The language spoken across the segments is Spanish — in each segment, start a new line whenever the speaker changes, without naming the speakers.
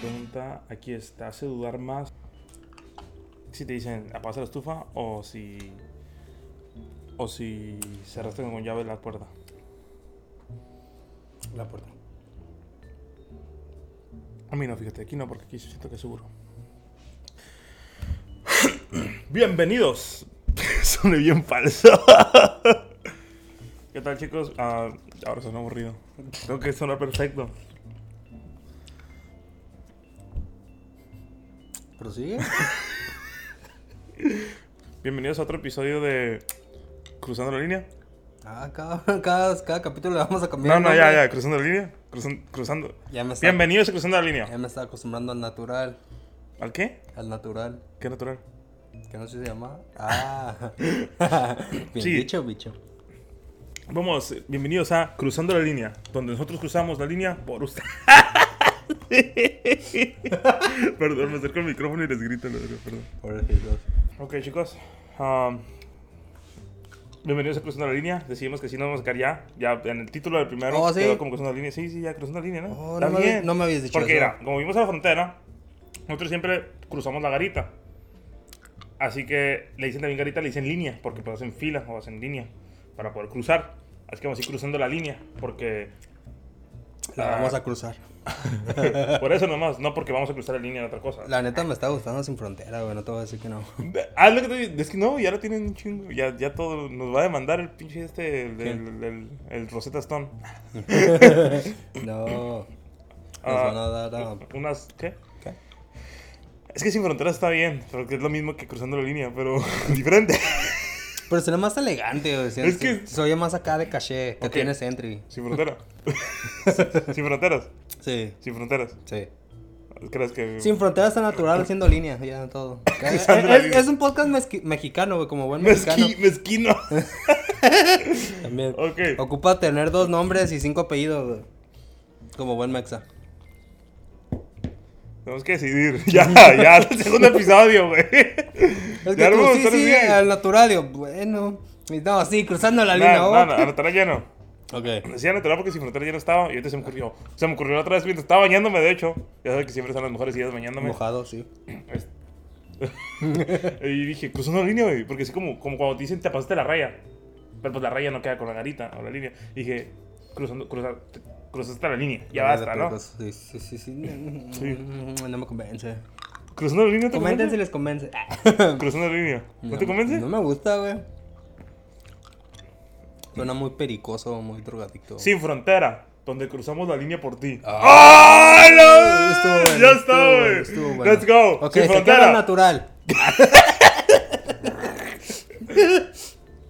pregunta aquí es, ¿te hace dudar más si te dicen apagas la estufa o si o si cerraste con llave la puerta?
La puerta.
A mí no, fíjate, aquí no, porque aquí siento que es seguro. Bienvenidos. Soné bien falso. ¿Qué tal, chicos? Ah, ahora suena aburrido. Tengo que sonar perfecto.
¿Prosigue?
Bienvenidos a otro episodio de Cruzando la Línea.
Ah, cada, cada, cada capítulo le vamos a cambiar.
No,
el
no, ya,
nombre.
ya, Cruzando la Línea. Cruzan- Cruzando.
Ya me está,
Bienvenidos a Cruzando la Línea.
ya me está acostumbrando al natural.
¿Al qué?
Al natural.
¿Qué natural?
Que no sé si se llama. Ah. Bien
Sí.
dicho, bicho.
Vamos, eh, bienvenidos a Cruzando la Línea, donde nosotros cruzamos la línea por usted. perdón, me acerco al micrófono y les grito, la verdad, perdón.
Pobrecitos.
Ok, chicos. um, bienvenidos a Cruzando la Línea. Decidimos que sí nos vamos a sacar ya. Ya en el título del primero
Oh, ¿sí?
quedó como Cruzando la Línea. Sí, sí, ya Cruzando la Línea, ¿no?
Oh,
Está
no me habí-
bien.
no me habías dicho
Porque
eso.
era, como vimos a la frontera, nosotros siempre cruzamos la garita. Así que le dicen también garita, le dicen línea, porque pues hacen fila o hacen línea para poder cruzar. Así que vamos a ir cruzando la línea, porque... Ah.
La vamos a cruzar.
Por eso nomás, no porque vamos a cruzar la línea en otra cosa.
La neta me está gustando sin frontera, güey. No te voy a decir que no.
Ah, lo que te- es que no, ya lo tienen un chingo. Ya, ya todo nos va a demandar el pinche este, el, el, el, el- el Rosetta Stone.
No. Nos
Ah.
van a dar a...
Unas, ¿qué?
¿Qué?
Es que sin fronteras está bien, porque es lo mismo que cruzando la línea, pero diferente.
Pero suena más elegante, güey.
Es que-
Soy más acá de caché. Que
Ok.
tienes entry.
Sin frontera. sin fronteras,
Sí.
sin fronteras.
Sí.
¿Crees que...?
Sin fronteras tan natural haciendo línea, ya todo. es,
Cruzando la
es-
línea.
es un podcast mezqui- mexicano, güey, como buen mexicano.
Mezqui- mezquino.
También.
Ok.
Ocupa tener dos nombres y cinco apellidos, güey. Como buen mexa.
Tenemos que decidir. Ya, ya, el segundo episodio, güey.
Es que
Ya
tú,
vamos a
sí,
estar
sí,
bien.
al natural, yo, bueno. Y No, sí, cruzando la línea.
No,
oh.
no, no, anotará lleno.
Ok.
Decía Pues natural porque sin frontera ya no estaba. Y ahorita se me ocurrió. Se me ocurrió la otra vez mientras estaba bañándome, de hecho. Ya sabes que siempre son las mejores ideas bañándome.
Mojado, sí.
Es- y dije, cruzando la línea, güey. Porque así como, como cuando te dicen, te pasaste la raya. Pero pues la raya no queda con la garita o la línea. Y dije, cruzando, cruzar, te- cruzaste la línea. Ya basta, ¿no?
pues, Sí, sí, sí. sí.
Sí.
No me convence.
Cruzando la línea, ¿te
Comenten si
convence?
les convence.
Cruzando la línea. ¿No, te convence?
No me gusta, güey. Suena muy pericoso, muy drogadicto.
Sin frontera. Donde cruzamos la línea por ti. ¡Ay,
Ah. Estuvo
no!
bueno,
ya
estuvo
está,
bueno,
güey.
estuvo bueno.
Let's go.
Ok,
sin
se queda
frontera.
natural.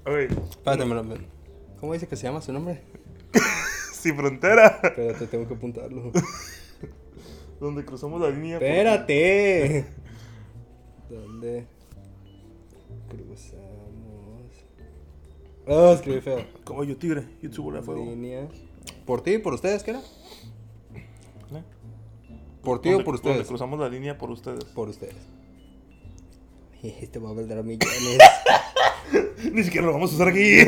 Ok,
Espérate, me lo- ¿Cómo dice que se llama su nombre?
Sin frontera.
Espérate, tengo que apuntarlo.
Donde cruzamos la línea. por-
Espérate. ¿Dónde cruzamos? Oh, escribí feo.
Caballo tigre, yo te subo la fuego.
Línea. ¿Por ti? ¿Por ustedes? ¿Qué era?
¿Eh?
¿Por ti o por
Donde
ustedes?
cruzamos la línea por ustedes.
Por ustedes. Este va a vender a millones.
Ni siquiera lo vamos a usar aquí.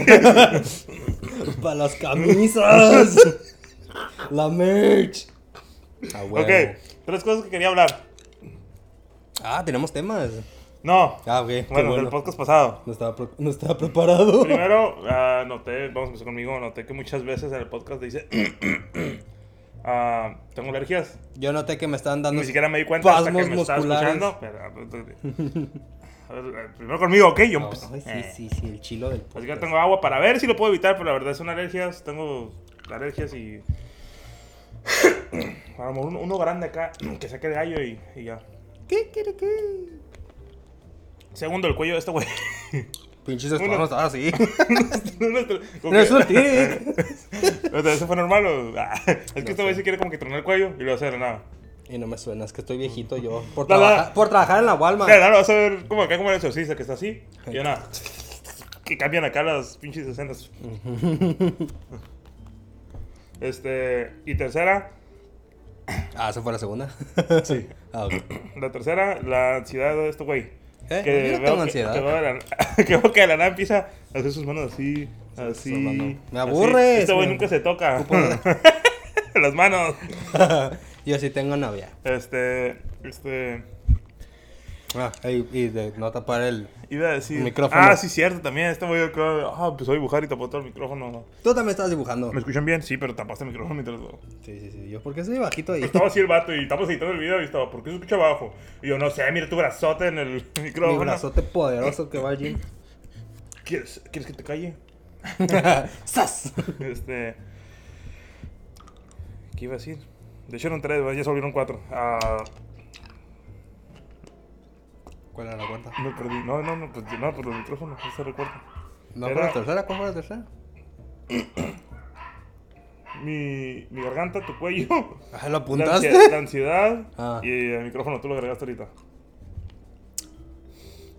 Para las camisas. La merch. Ah, huevo.
ok, tres cosas que quería hablar.
Ah, tenemos temas.
No,
Ah, ok. qué
bueno, del podcast pasado.
No estaba, pre- no estaba preparado.
Primero, ah, noté, vamos a empezar conmigo, noté que muchas veces en el podcast dice... ah, tengo alergias.
Yo noté que me estaban dando.
Ni siquiera me di cuenta hasta que
Espasmos
me estaba
musculares.
escuchando. Pero, a ver, primero conmigo, ¿ok? Yo, pues,
Ay, sí,
eh.
sí, sí, el chilo del
Así que
podcast.
tengo agua para ver si lo puedo evitar, pero la verdad son alergias. Tengo alergias y. A lo mejor uno, uno grande acá que saque el gallo y, y ya.
¿Qué, qué, qué?
Segundo, el cuello de este güey.
Pinches espasmos, ahora sí.
este, Como
No es un
que-
tic.
O sea, ¿Eso fue normal o.? Ah, es que este güey se quiere como que tronar el cuello y lo hace de la nada.
Y no me suena, es que estoy viejito yo. Por,
No, no.
trabajar- por trabajar en la Walmart.
Claro, vas a ver como acá como el exorcista que está así y ya nada. Que cambian acá las pinches escenas. Este. Y tercera,
Ah, esa fue la segunda.
Sí.
Ah, ok.
La tercera, la ansiedad de este güey.
¿Eh?
Que
Yo
veo
no tengo
que-
ansiedad.
Que, veo de la- que veo que de la nada empieza a hacer sus manos así, así. así.
Me aburres,
Este güey
me-
nunca se toca.
Ocupo-
Las manos.
Yo sí tengo novia.
Este, este,
Ah, y, y de no tapar el.
iba a decir...
El micrófono.
Ah, sí, cierto, también. Este güey, que- ah, empezó a dibujar y tapó todo el micrófono.
Tú también estabas dibujando.
¿Me escuchan bien? Sí, pero tapaste el micrófono mientras lo...
Sí, sí, sí. Yo, porque soy bajito este ahí.
Estaba así el vato y estábamos editando el video y estaba, ¿por qué se escucha abajo? Y yo, no sé, mira tu brazote en el
Mi
micrófono.
brazote poderoso que va allí.
¿Quieres, ¿Quieres que te calle?
¡Sas!
Este. ¿Qué iba a decir? De hecho eran tres, ¿verdad? ya se volvieron cuatro. Ah,
¿Cuál era la cuarta?
me perdí. No, no, no, pues, no, por los micrófonos, no se recuerda.
¿No
Era-
fue la tercera? ¿Cuál fue la tercera?
Mi, mi garganta, tu cuello.
Ah, ¿Lo
La ansia-
apuntaste?
La ansiedad.
Ah.
Y el micrófono, tú lo agregaste ahorita.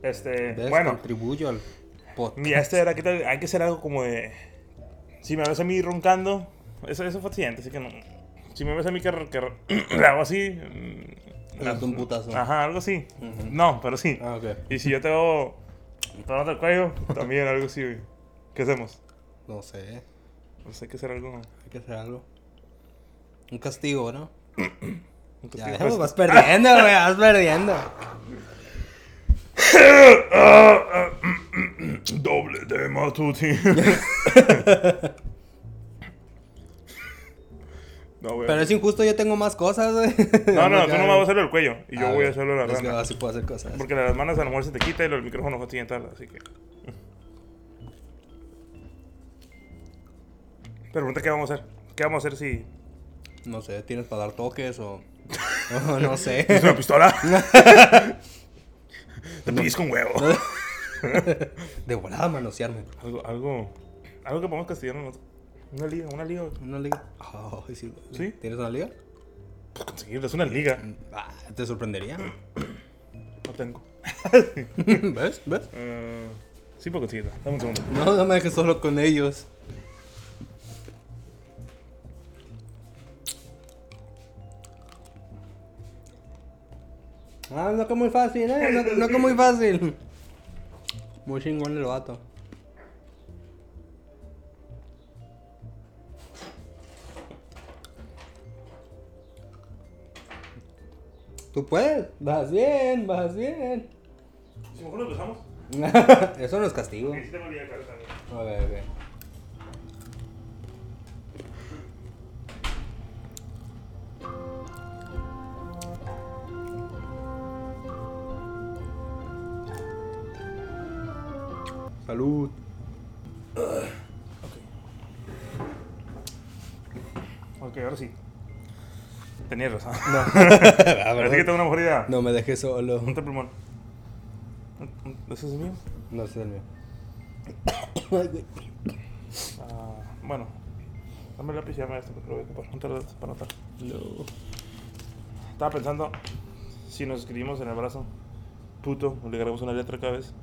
Este.
¿Ves?
Bueno,
Contribuyo al podcast.
mi este era, ¿qué tal? Hay que hacer algo como de. Si me ves a mí roncando. Eso, eso fue accidente, así que no. Si me ves a mí que, que le hago así. mm,
Le das un putazo.
Ajá, algo así. No, pero sí.
Ah, ok.
Y si yo te hago parado el cuello, también algo así, güey. ¿Qué hacemos?
No sé.
No sé qué hacer algo.
Hay que hacer algo. Un castigo, ¿no?
un
Ya,
castigo, pues.
pues, vas perdiendo, güey, vas perdiendo.
Doble de Matuti. no, güey.
Pero es injusto, yo tengo más cosas, güey.
No, no,
Ando
tú
acá,
no me vas a hacer el cuello. Y yo
Ah,
voy
güey.
a hacerlo a la
Es que
rana.
así puedo hacer cosas.
Porque las manos a lo mejor se te quita y el micrófono fue accidental, así que. Pregunta qué vamos a hacer. ¿Qué vamos a hacer si.
No sé, ¿tienes para dar toques o...? No, no sé.
¿Es una pistola? te pillas con huevo.
De volada manosearme.
Algo, algo, algo que podemos castigar nosotros. Una liga, una liga. Pues,
¿Una liga? Ay, sí.
¿Sí?
¿Tienes una liga?
Pues conseguirla, es una liga.
Ah, te sorprendería.
No tengo.
¿Ves? ¿Ves?
Eh, sí puedo conseguirla. Dame un segundo.
No, no me dejes solo con ellos. Ah, no que muy fácil, eh. No, no que muy fácil. Muy chingón el vato. Tú puedes, vas bien, vas bien.
Si mejor lo empezamos.
Eso no es castigo.
Sí tengo liga acá también.
A ver, a ver. Salud.
Ok, ahora sí. Tenías razón.
No.
Ah, Parece que tengo una mejor idea.
No me dejé solo.
Ponte el plumón. ¿Ese es el mío?
No sé el mío.
Ah, bueno. Dame el lápiz y dame esto porque lo voy a ocupar. Ponte el lápiz para anotar.
No.
Estaba pensando si nos escribimos en el brazo. Puto, le agregamos una letra cada vez.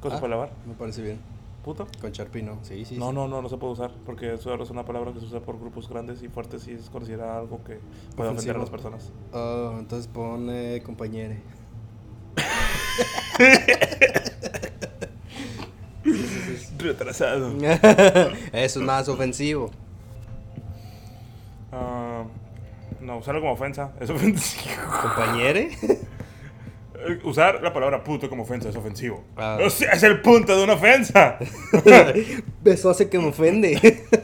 Cosa
Ah,
para lavar.
Me parece bien.
Puto.
Con Charpino. Sí, sí.
No,
sí.
no, no, no se puede usar, porque eso ahora es una palabra que se usa por grupos grandes y fuertes y es considerada algo que puede ofender a
Ofensivo.
las personas.
Oh, entonces pone compañere.
Retrasado.
Eso es más ofensivo.
Ah, no, usarlo como ofensa es ofensivo.
¿Compañere?
Eh, Usar la palabra puto como ofensa es ofensivo.
Ah.
O sea, es el punto de una ofensa.
Eso hace que me ofende.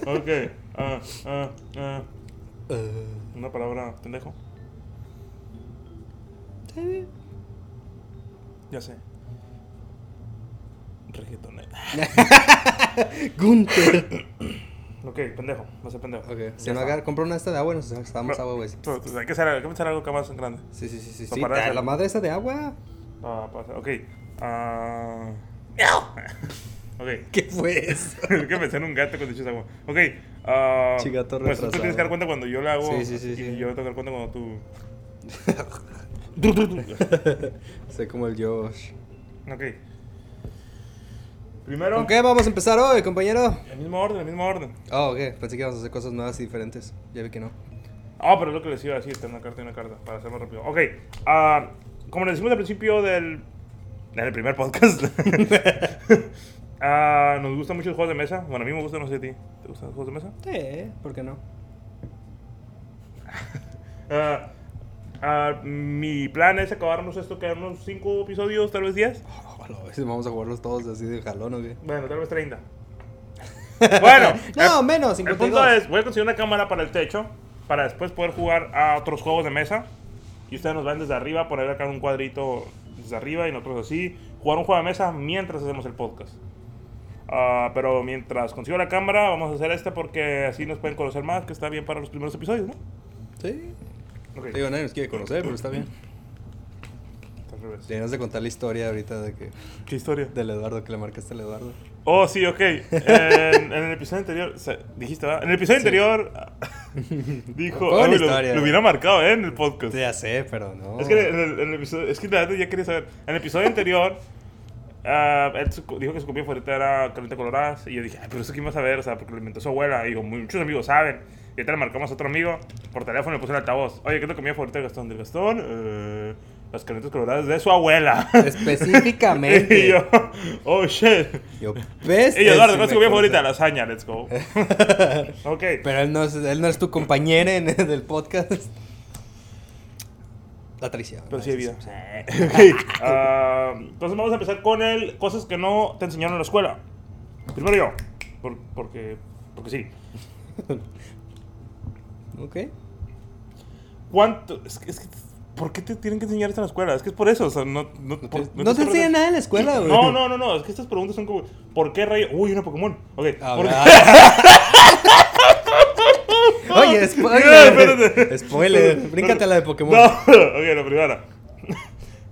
ok. ah, ah, ah. Una palabra, pendejo. Ya sé. Reggaetonero.
Gunter.
Ok, pendejo, va a ser pendejo.
Ok, si
Ya
no
está.
agarra, compra una esta de agua y nos estamos agua, güey.
Pero, pues, hay que hacer, hay que pensar algo que más grande.
Sí, sí, sí, sí.
No,
sí.
para
Ah,
esa.
La madre esta de agua.
Ah, pasa. Ok. Ah. ok.
¿Qué fue eso?
es que pensé en un gato con dichos agua. Ok. ah,
Chigato
pues tú te
retrasado.
tienes que dar cuenta cuando yo la hago.
Sí, sí, sí,
Y
sí.
yo tengo que dar cuenta cuando tú.
Sé como el Josh.
ok. Primero.
¿Con qué vamos a empezar hoy, compañero?
El mismo orden, el mismo orden.
Ah, ok. Pensé que íbamos a hacer cosas nuevas y diferentes. Ya vi que no.
Ah, pero es lo que les iba a decir, tener una carta y una carta, para hacerlo rápido. Ok, ah, como les decimos al principio del, del primer podcast, ah, nos gustan mucho los juegos de mesa. Bueno, a mí me gustan, no sé a ti. ¿Te gustan los juegos de mesa?
Sí, ¿por qué no?
Ah, ah, mi plan es acabarnos esto, quedan unos 5 episodios, tal vez 10.
A la vez, vamos a jugarlos todos así de jalón o qué.
Bueno, tal vez 30. Bueno, eh,
No,
el-
menos,
El punto
52.
es, voy a conseguir una cámara para el techo para después poder jugar a otros juegos de mesa. Y ustedes nos van desde arriba, poner acá un cuadrito desde arriba y nosotros así. Jugar un juego de mesa mientras hacemos el podcast. Ah, pero mientras consigo la cámara, vamos a hacer este porque así nos pueden conocer más, que está bien para los primeros episodios, ¿no?
Sí.
Ok,
Digo, nadie nos quiere conocer, pero está bien.
al revés.
Tenías de contar la historia ahorita de que
¿Qué historia?
del Eduardo, que le marcaste al Eduardo.
Oh, sí, ok. En, en el episodio anterior, se- dijiste, ¿verdad? En el episodio anterior dijo...
Fue buena
"Ay, lo-
historia,
lo,
güey.
hubiera marcado, ¿eh? En el podcast.
Ya sé, pero no.
Es que en el, en el episodio, es que la neta ya quería saber. En el episodio anterior, ah, él su- dijo que su comida favorita era Carnita Colorada. Y yo dije, "Ay, pero eso quién va a saber, o sea, porque lo inventó su abuela. Y digo, muchos amigos saben. Y ahorita le marcamos a otro amigo por teléfono y le puse el altavoz. Oye, ¿qué es la comida favorita de Gastón? Del Gastón, eh, las carnitas coloradas de su abuela.
Específicamente.
y yo, oh shit.
Yo, ¿ves?
Y yo, Eduardo,
Él Este sí
¿cuál es
me
tu comida favorita?
conoce.
Lasaña, let's go. ok.
Pero él no, es, él no es tu compañero en el del podcast. La traición.
Pero sí
la
hay vida.
traición,
Ah, entonces vamos a empezar con el cosas que no te enseñaron en la escuela. Primero yo, por- porque, porque sí.
sí. Ok.
¿Cuánto? Es que, es que- ¿Por qué te tienen que enseñar esto en la escuela? Es que es por eso. O sea, no, no, por-
No, te
estoy
enseñan
preguntando-
nada en la escuela, güey.
No, no, no, no. Es que estas preguntas son como, ¿por qué rayo? Uy, una Pokémon. Ok.
A
¿por
ver,
qué-
Oye,
Eh,
spoiler.
espérate.
spoiler. Bríncate a la de Pokémon.
No, ok, la primera.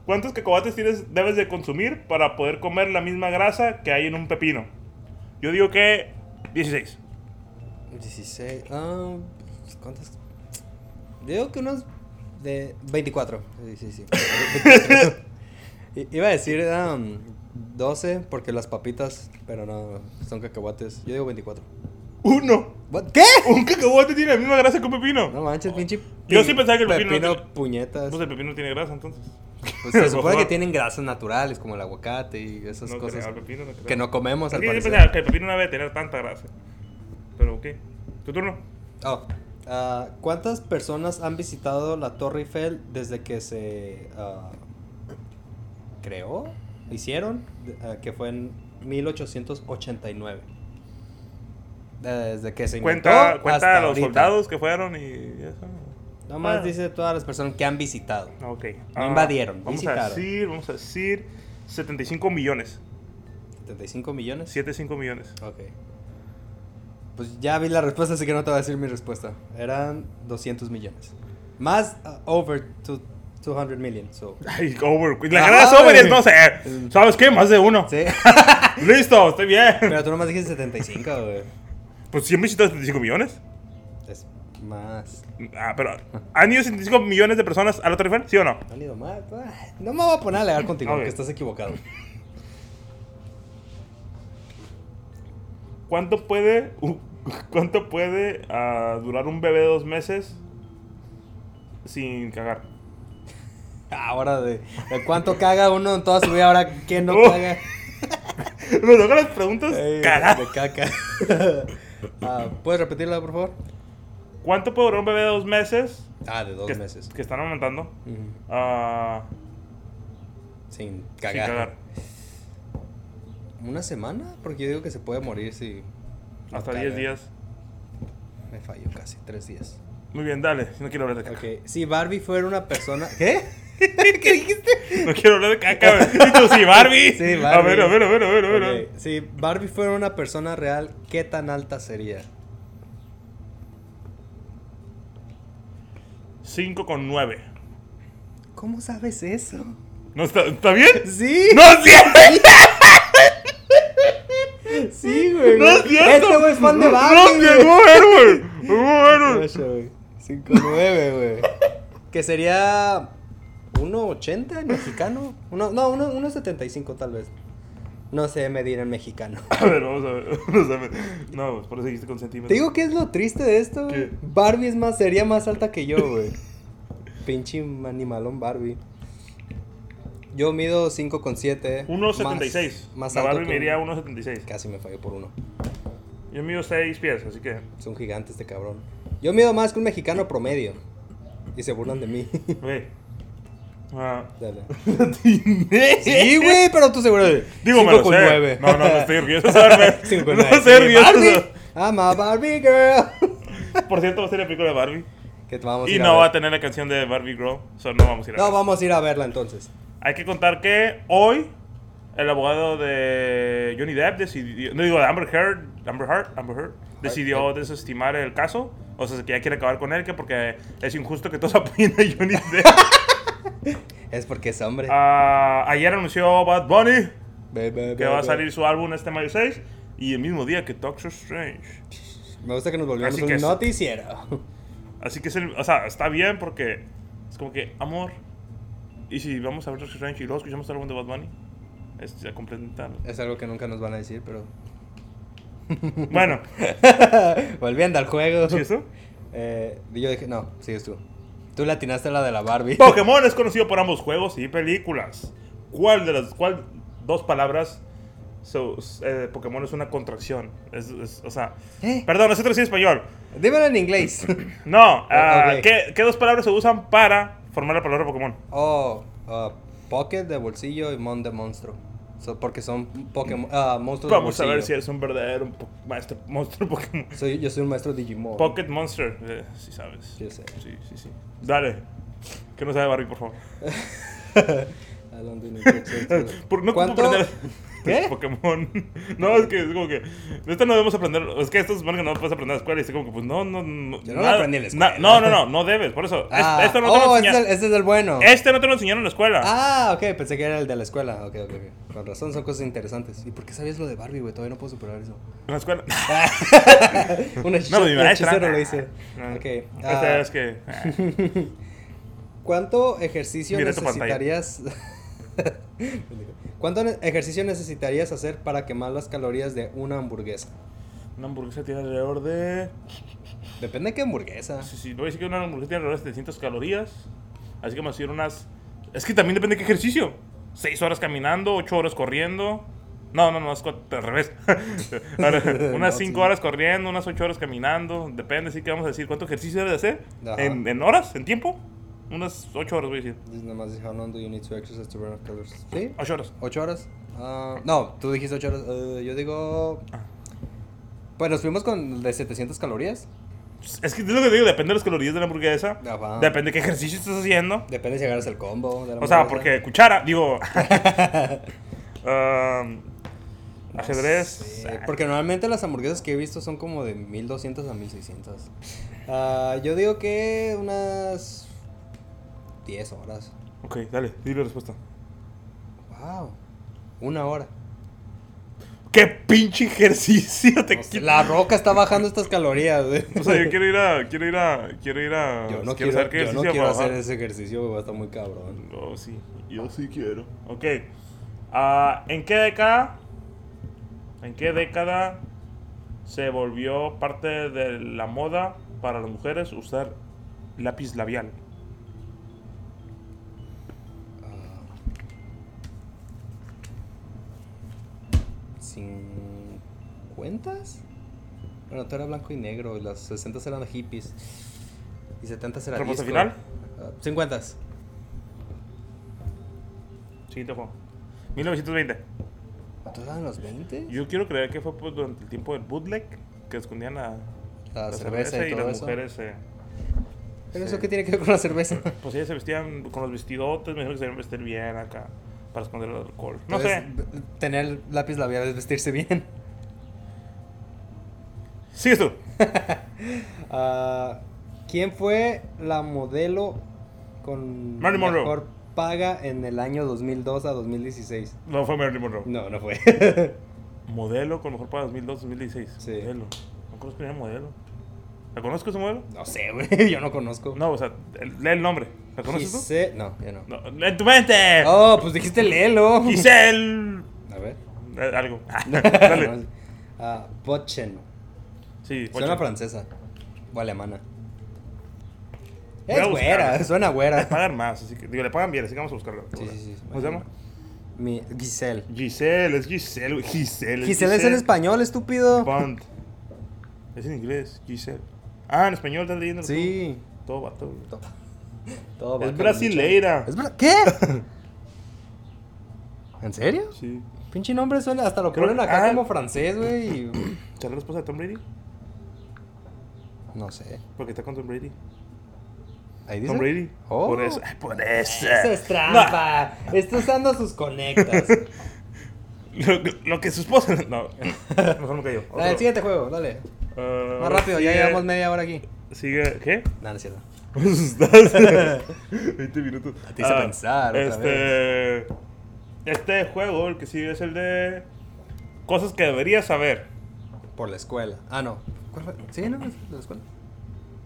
¿Cuántos cacahuates tienes, debes de consumir para poder comer la misma grasa que hay en un pepino? Yo digo que 16.
16. Ah, ¿Cuántas? Digo que unos de 24. Sí, sí, sí. 24. I- Iba a decir um, 12 porque las papitas, pero no, son cacahuates. Yo digo 24.
Uno.
What? ¿Qué?
Un cacahuate tiene la misma grasa que un pepino.
No manches, pinche.
Yo
pi-
sí pensaba que el pepino
pepino.
no tenía-
puñetas.
Pues el pepino no tiene grasa entonces.
Pues se
por
supone que
favor.
tienen grasas naturales como el aguacate y esas
No
cosas
creo, el pepino no creo.
que no comemos
Es
al
que yo
parecer.
pensaba que el pepino no debe tener tanta grasa. Pero ok. ¿Tu turno?
Oh, ah, ¿Cuántas personas han visitado la Torre Eiffel desde que se ah, creó? ¿Hicieron? de- ah, que fue en 1889. Desde que se inventó
Cuenta, cuenta
hasta
a los
ahorita.
soldados que fueron y eso.
Nomás
Ah.
dice todas las personas que han visitado.
Ok.
No
Ah,
invadieron,
Vamos a
visitaron.
decir, vamos a decir 75 millones.
75 millones.
75 millones.
Ok. Pues ya vi la respuesta, así que no te voy a decir mi respuesta. Eran 200 millones. Más ah, over to 200 million, so...
Ay, over. La
Ajá,
carrera de over es,
güey.
no sé. ¿Sabes qué? Más de uno.
Sí.
Listo, estoy bien.
Pero tú nomás dijiste 75, güey.
Pues 100 visitas 75 millones.
Es más.
Ah, pero ¿han ido 75 millones de personas a la Torre Eiffel? ¿Sí o no?
No han ido más. ah, No me voy a poner a alegar contigo,
Ok.
porque estás equivocado.
¿Cuánto puede, u- cuánto puede ah, durar un bebé de dos meses sin cagar?
Ahora de, de cuánto caga uno en toda su vida, ahora quién no
Oh,
caga.
Me tocan las preguntas.
Ey,
pues, Carajo.
De caca. Ah, ¿Puedes repetirla, por favor?
¿Cuánto puede durar un bebé de dos meses?
Ah, de dos
que,
meses.
Que están aumentando.
Ujú.
Ah,
Sin
sin
cagar.
cagar.
¿Una semana? Porque yo digo que se puede morir si. no
Hasta
caga.
10 días.
Me falló casi, tres días.
Muy bien, dale. No quiero hablar de caca.
Ok, si Barbie fuera una persona. ¿Qué? ¿Qué dijiste?
No quiero hablar de caca. güey. Y tú, sí, Barbie.
Sí, Barbie.
A ver, a ver, a ver, a ver. A ver.
Ok, Si Barbie fuera una persona real, ¿qué tan alta sería?
5,9.
¿Cómo sabes eso?
¿No está, ¿Está bien?
Sí.
¡No es cierto!
Sí, güey.
¡No es cierto!
Este güey es fan de Barbie.
¡No llegó Herbert! ¡Llegó eh,
güey.
Herbert!
Ocho, güey. 5'9", güey. Que sería 1.80 en mexicano. Uno, no, uno- 1.75 tal vez. No sé medir en mexicano.
A ver, vamos a ver. vamos a ver. No, pues por eso dijiste con centímetros.
Te digo que es lo triste de esto, güey.
¿Qué?
Barbie es más, sería más alta que yo, güey. Pinche animalón Barbie. Yo mido 5,7.
1.76.
Más, más
La
alto.
Barbie
que
me iría a
un-
1.76.
Casi me falló por uno.
Yo mido 6 pies, así que.
este Son gigantes de cabrón. Yo mido más que un mexicano promedio. y se burlan de mí.
Güey. Ah,
Dale. Sí, güey, pero tú seguro.
Digo, me
Cinco
lo
con
sé.
nueve.
No, no, no estoy orgulloso de saberme.
Cinco con
No
nueve.
estoy orgulloso.
Barbie. I'm a Barbie girl.
Por cierto, va a ser la película de Barbie.
Que te vamos a
Y
ir
no va
a
a
ver.
tener la canción de Barbie Grow. So no vamos a ir a
No,
ver.
vamos a ir a verla entonces.
Hay que contar que hoy el abogado de Johnny Depp decidió, no digo de Amber Heard, Amber Heard, Amber Heard, decidió desestimar el caso. O sea, que ya quiere acabar con él, que porque es injusto que todos apoyen a Johnny Depp.
Es porque es hombre.
Ah, ayer anunció Bad Bunny
Ve, ve,
que
ve,
va a
ve.
salir su álbum este mayo 6 y el mismo día que Doctor Strange.
Me gusta que nos volvimos
Así
un
que es-
noticiero.
Así que es el, o sea, está bien porque es como que, amor, y si vamos a ver Doctor Strange y luego escuchamos el álbum de Bad Bunny, es ya complementar.
Es algo que nunca nos van a decir, pero.
Bueno,
Volviendo al juego.
¿sí eso?
Eh, yo dije, no, sigues tú. Tú latinaste la de la Barbie.
Pokémon es conocido por ambos juegos y películas. ¿Cuál de las cuál dos palabras so- eh, Pokémon es una contracción? Es- es- o sea,
¿Eh?
perdón, nosotros sí en español.
Dímelo en inglés.
No, ah,
Eh, ok.
¿qué, qué dos palabras se usan para formar la palabra Pokémon?
Oh, ah, Pocket de bolsillo y Mon de monstruo. So, porque son Pokémon, ah, monstruos
Vamos
de
a
bolsillo.
ver si eres un verdadero po- maestro monstruo Pokémon.
Soy, yo soy un maestro Digimon.
Pocket Monster, eh, si sabes.
Yo sé.
Sí, sí, sí. Dale. Que no sabe Barbie, por favor.
Hablando de Nintendo.
Por, no ocupo
¿Cuánto?
aprender
¿Qué?
Pokémon. No, es que es como que. De esto no debemos aprender. Es que esto es bueno que no puedes aprender en la escuela. Y es como que, pues no, no. no
Yo no lo aprendí en la
na-
escuela.
No, no, no, no debes. Por eso. es-
Ah,
esto no te lo
oh, este es,
enseñaron.
el, este es el bueno.
Este no te lo enseñaron en la escuela.
Ah, ok, pensé que era el de la escuela. Ok, ok, ok. Con razón, son cosas interesantes. ¿Y por qué sabías lo de Barbie, güey? Todavía no puedo superar eso.
En la escuela.
Una
No, mi maestra.
Ah, hechicero lo hice.
No.
Ok.
Esta
ah,
es que. ah,
¿Cuánto ejercicio
Mira tu pantalla.
necesitarías? ¿Cuánto ne- ejercicio necesitarías hacer para quemar las calorías de una hamburguesa?
una hamburguesa tiene alrededor de.
Depende de qué hamburguesa.
Ah, Sí, sí, voy a decir que una hamburguesa tiene alrededor de 700 calorías. Así que vamos a decir unas. Es que también depende de qué ejercicio. 6 horas caminando, 8 horas corriendo. No, no, no, es cua- al revés. Ahora, unas
No,
5
sí.
horas corriendo, unas 8 horas caminando. Depende, así que vamos a decir cuánto ejercicio debe de hacer.
Ajá.
¿En, en horas? ¿En tiempo? Unas 8 horas, voy a decir.
Dice Nomás dije, how long do you need to exercise to burn off calories? ¿Sí?
8 horas.
¿Ocho horas? Ah, no, tú dijiste ocho horas. Eh, yo digo...
Ah.
Pues nos fuimos con el de 700 calorías.
Es que es lo que digo, depende de las calorías de la hamburguesa.
Ajá.
Depende de qué ejercicio estás haciendo.
Depende si agarras el combo. de la
O sea,
hamburguesa.
porque cuchara, digo. um, ajedrez. ah.
Sí, porque normalmente las hamburguesas que he visto son como de 1200 a 1600. Ah, yo digo que unas 10 horas.
Ok, dale, dile la respuesta.
Wow. Una hora.
¡Qué pinche ejercicio te
O sea,
quita!
la roca está bajando estas calorías. güey.
O sea, yo quiero ir a. Quiero ir a. Quiero ir a.
Yo no quiero,
saber qué
yo no
ejercicio
quiero
para
hacer
bajar.
ese ejercicio, güey, va a estar muy cabrón.
Oh, sí. Yo sí quiero. Ok. Ah, ¿En qué década? ¿En qué década se volvió parte de la moda para las mujeres usar lápiz labial?
Ah. ¿50? Bueno, todo era blanco y negro, y los 60 eran hippies. Y 70 eran
¿Respuesta final?
Ah, 50.
Siguiente juego. 1920.
¿Todos eran los 20?
Yo quiero creer que fue pues, durante el tiempo del bootleg que escondían la,
la, cerveza, y, todo
las
eso.
mujeres. eh,
¿Pero
sí.
eso qué tiene que ver con la cerveza?
Pues ellas se vestían con los vestidotes, me dijeron que se debían vestir bien acá para esconder el alcohol. No
Entonces,
sé.
b- Tener lápiz labial es vestirse bien.
Sigues tú.
Ah, ¿Quién fue la modelo con
Marilyn Monroe.
mejor paga en el año 2002 a 2016?
No fue Marilyn Monroe.
No, no fue.
Modelo con mejor para 2002-2016.
Sí.
Modelo. No conozco ningún modelo. ¿La conozco ese modelo?
no sé, güey. Yo no conozco.
No, o sea, el- lee el nombre. ¿La conoces tú?
Gise- No, yo no.
No, ¡En tu mente!
Oh, pues dijiste Lelo.
Giselle.
A ver.
Eh, Algo. Dale.
No, ah, Bochen.
Sí,
Suena
ocho.
francesa. O alemana.
Voy a
Es güera,
buscar.
suena
Le
güera.
pagan más, así que. Digo, le pagan bien, así que vamos a buscarlo.
Sí, sí, sí.
¿Cómo se llama?
Mi Giselle.
Giselle, es Giselle, güey. Giselle.
Giselle es en español, estúpido.
Bond. Es en inglés, Giselle. Ah, en español estás leyendo.
Sí.
Todo, todo vato. güey.
Todo
Es
bacano,
brasileira.
muchacho. ¿Es bra- ¿Qué? ¿En serio?
Sí.
Pinche nombre suena, hasta lo
Creo-
ponen acá
ah.
como francés, güey. y-
¿Será la esposa de Tom Brady?
No sé.
Porque está con Tom Brady.
Ahí dice.
Tom Brady.
Oh.
Por eso. ay, Por eso.
Eso es trampa. Está usando sus conectas.
No, Lo, que- lo que su esposa. No. Mejor me cayó.
Dale, el siguiente juego, dale.
Ah,
Más rápido, ya
sigue-
llevamos media hora aquí.
Sigue. ¿Qué? Pues
No, no es cierto.
Me asustaste. 20 minutos.
te hice pensar otra
este, Este juego, el que sigue es el de. Cosas que deberías saber.
Por la escuela. Ah, no. ¿Cuál fue? Sí, no, es de la escuela.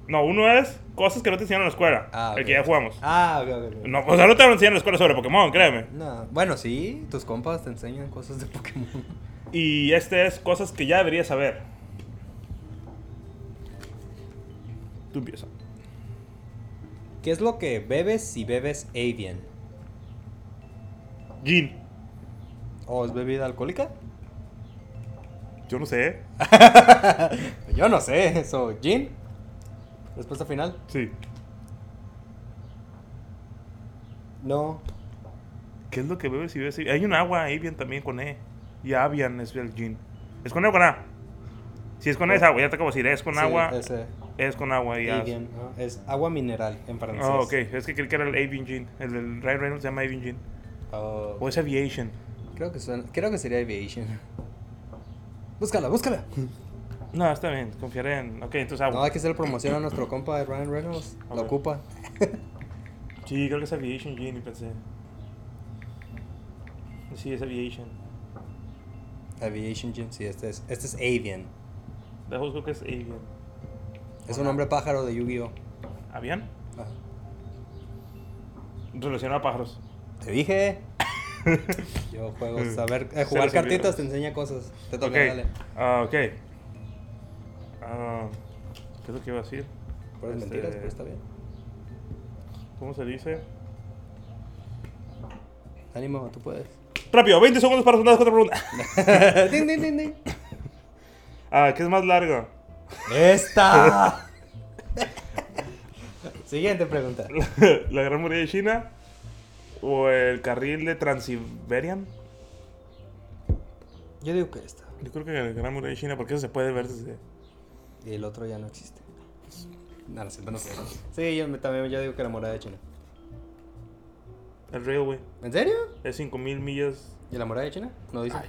No, uno es cosas que no te enseñaron en la escuela.
Ah,
El
ok.
que ya jugamos.
Ah, ok, ok. ok.
No, o sea, no te van a enseñar en la escuela sobre Pokémon, créeme.
No, bueno, sí, tus compas te enseñan cosas de Pokémon.
Y este es cosas que ya deberías saber. Tú empieza.
¿Qué es lo que bebes si bebes Avian?
Gin.
¿O es bebida alcohólica?
Yo no sé.
Yo no sé, eso, gin. Respuesta final.
Sí.
No.
¿Qué es lo que bebes y bebes? Hay un agua, Avian también con E. Y Avian es el gin. ¿Es con E o con A? Si es con E es agua, ya te acabo de decir. Es con
Sí,
agua,
Ese,
es con agua y as.
Avian, ajá, es agua mineral en francés.
Ah, ok. Es que creí que era el Avian Gin. El del Ryan Reynolds se llama Avian Gin.
Oh,
O es Aviation.
creo, que suena- creo que sería aviation. Búscala, búscala.
No, está bien, confiaré en. Ok, entonces
No,
agua.
hay que hacer promoción a nuestro compa de Ryan Reynolds. La
Ok.
ocupa.
Sí, creo que es Aviation Gin y pensé. Sí, es Aviation.
Aviation Gin, sí, este es, este es Avian.
Dejo creo que es Avian.
Es un nombre pájaro de Yu-Gi-Oh!
¿Avian?
Ajá.
Relacionado a pájaros.
Te dije. Yo juego, saber, eh,
Se
jugar
les olvidó.
cartitas te enseña cosas. Te toca,
Ok.
dale.
Ah, ok. Ah, ¿Qué es lo que iba a decir?
Puras
Este,
mentiras, pero está bien.
¿Cómo se dice?
Ánimo, tú puedes.
Rápido, 20 segundos para responder las cuatro preguntas.
¡Ding, ding, ding, ding!
Ah, ¿qué es más largo?
¡Esta! Siguiente pregunta.
¿La Gran Muralla de China? ¿O el carril de Transiberian?
Yo digo que esta.
Yo creo que la Gran Muralla de China, porque eso se puede ver desde...
Y el otro ya no existe. No, no, sé, no sé. Sí, yo me- también yo digo que la morada de China.
El railway.
¿En serio?
Es 5.000 millas...
¿Y la morada de China? No dice.
Ay.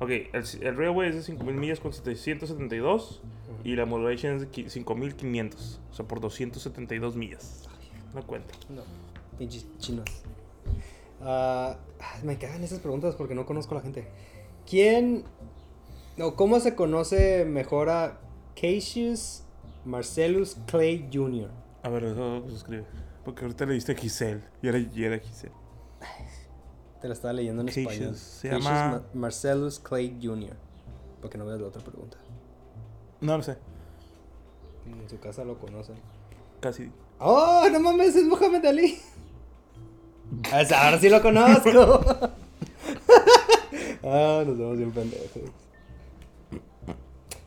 Ok, el, el railway es de 5.000 millas con 772 y la Muralla de China es de qui- 5.500. O sea, por 272 millas. No cuenta.
No. Pinches chinos. Ah, ay, me cagan esas preguntas porque no conozco a la gente. ¿Quién. No, ¿cómo se conoce mejor a Cassius Marcellus Clay Jr.?
A ver, eso se escribe. Porque ahorita le diste Giselle. Y era, y era Giselle.
Te la estaba leyendo en español.
Cassius, se
Cassius
llama-
Ma- Marcellus Clay Jr. Porque no veas la otra pregunta.
No lo sé.
En su casa lo conocen.
Casi.
¡Oh, no mames! Es Mohamed Ali. Ah, Es- Ahora sí lo conozco. ah, nos vemos bien pendejos.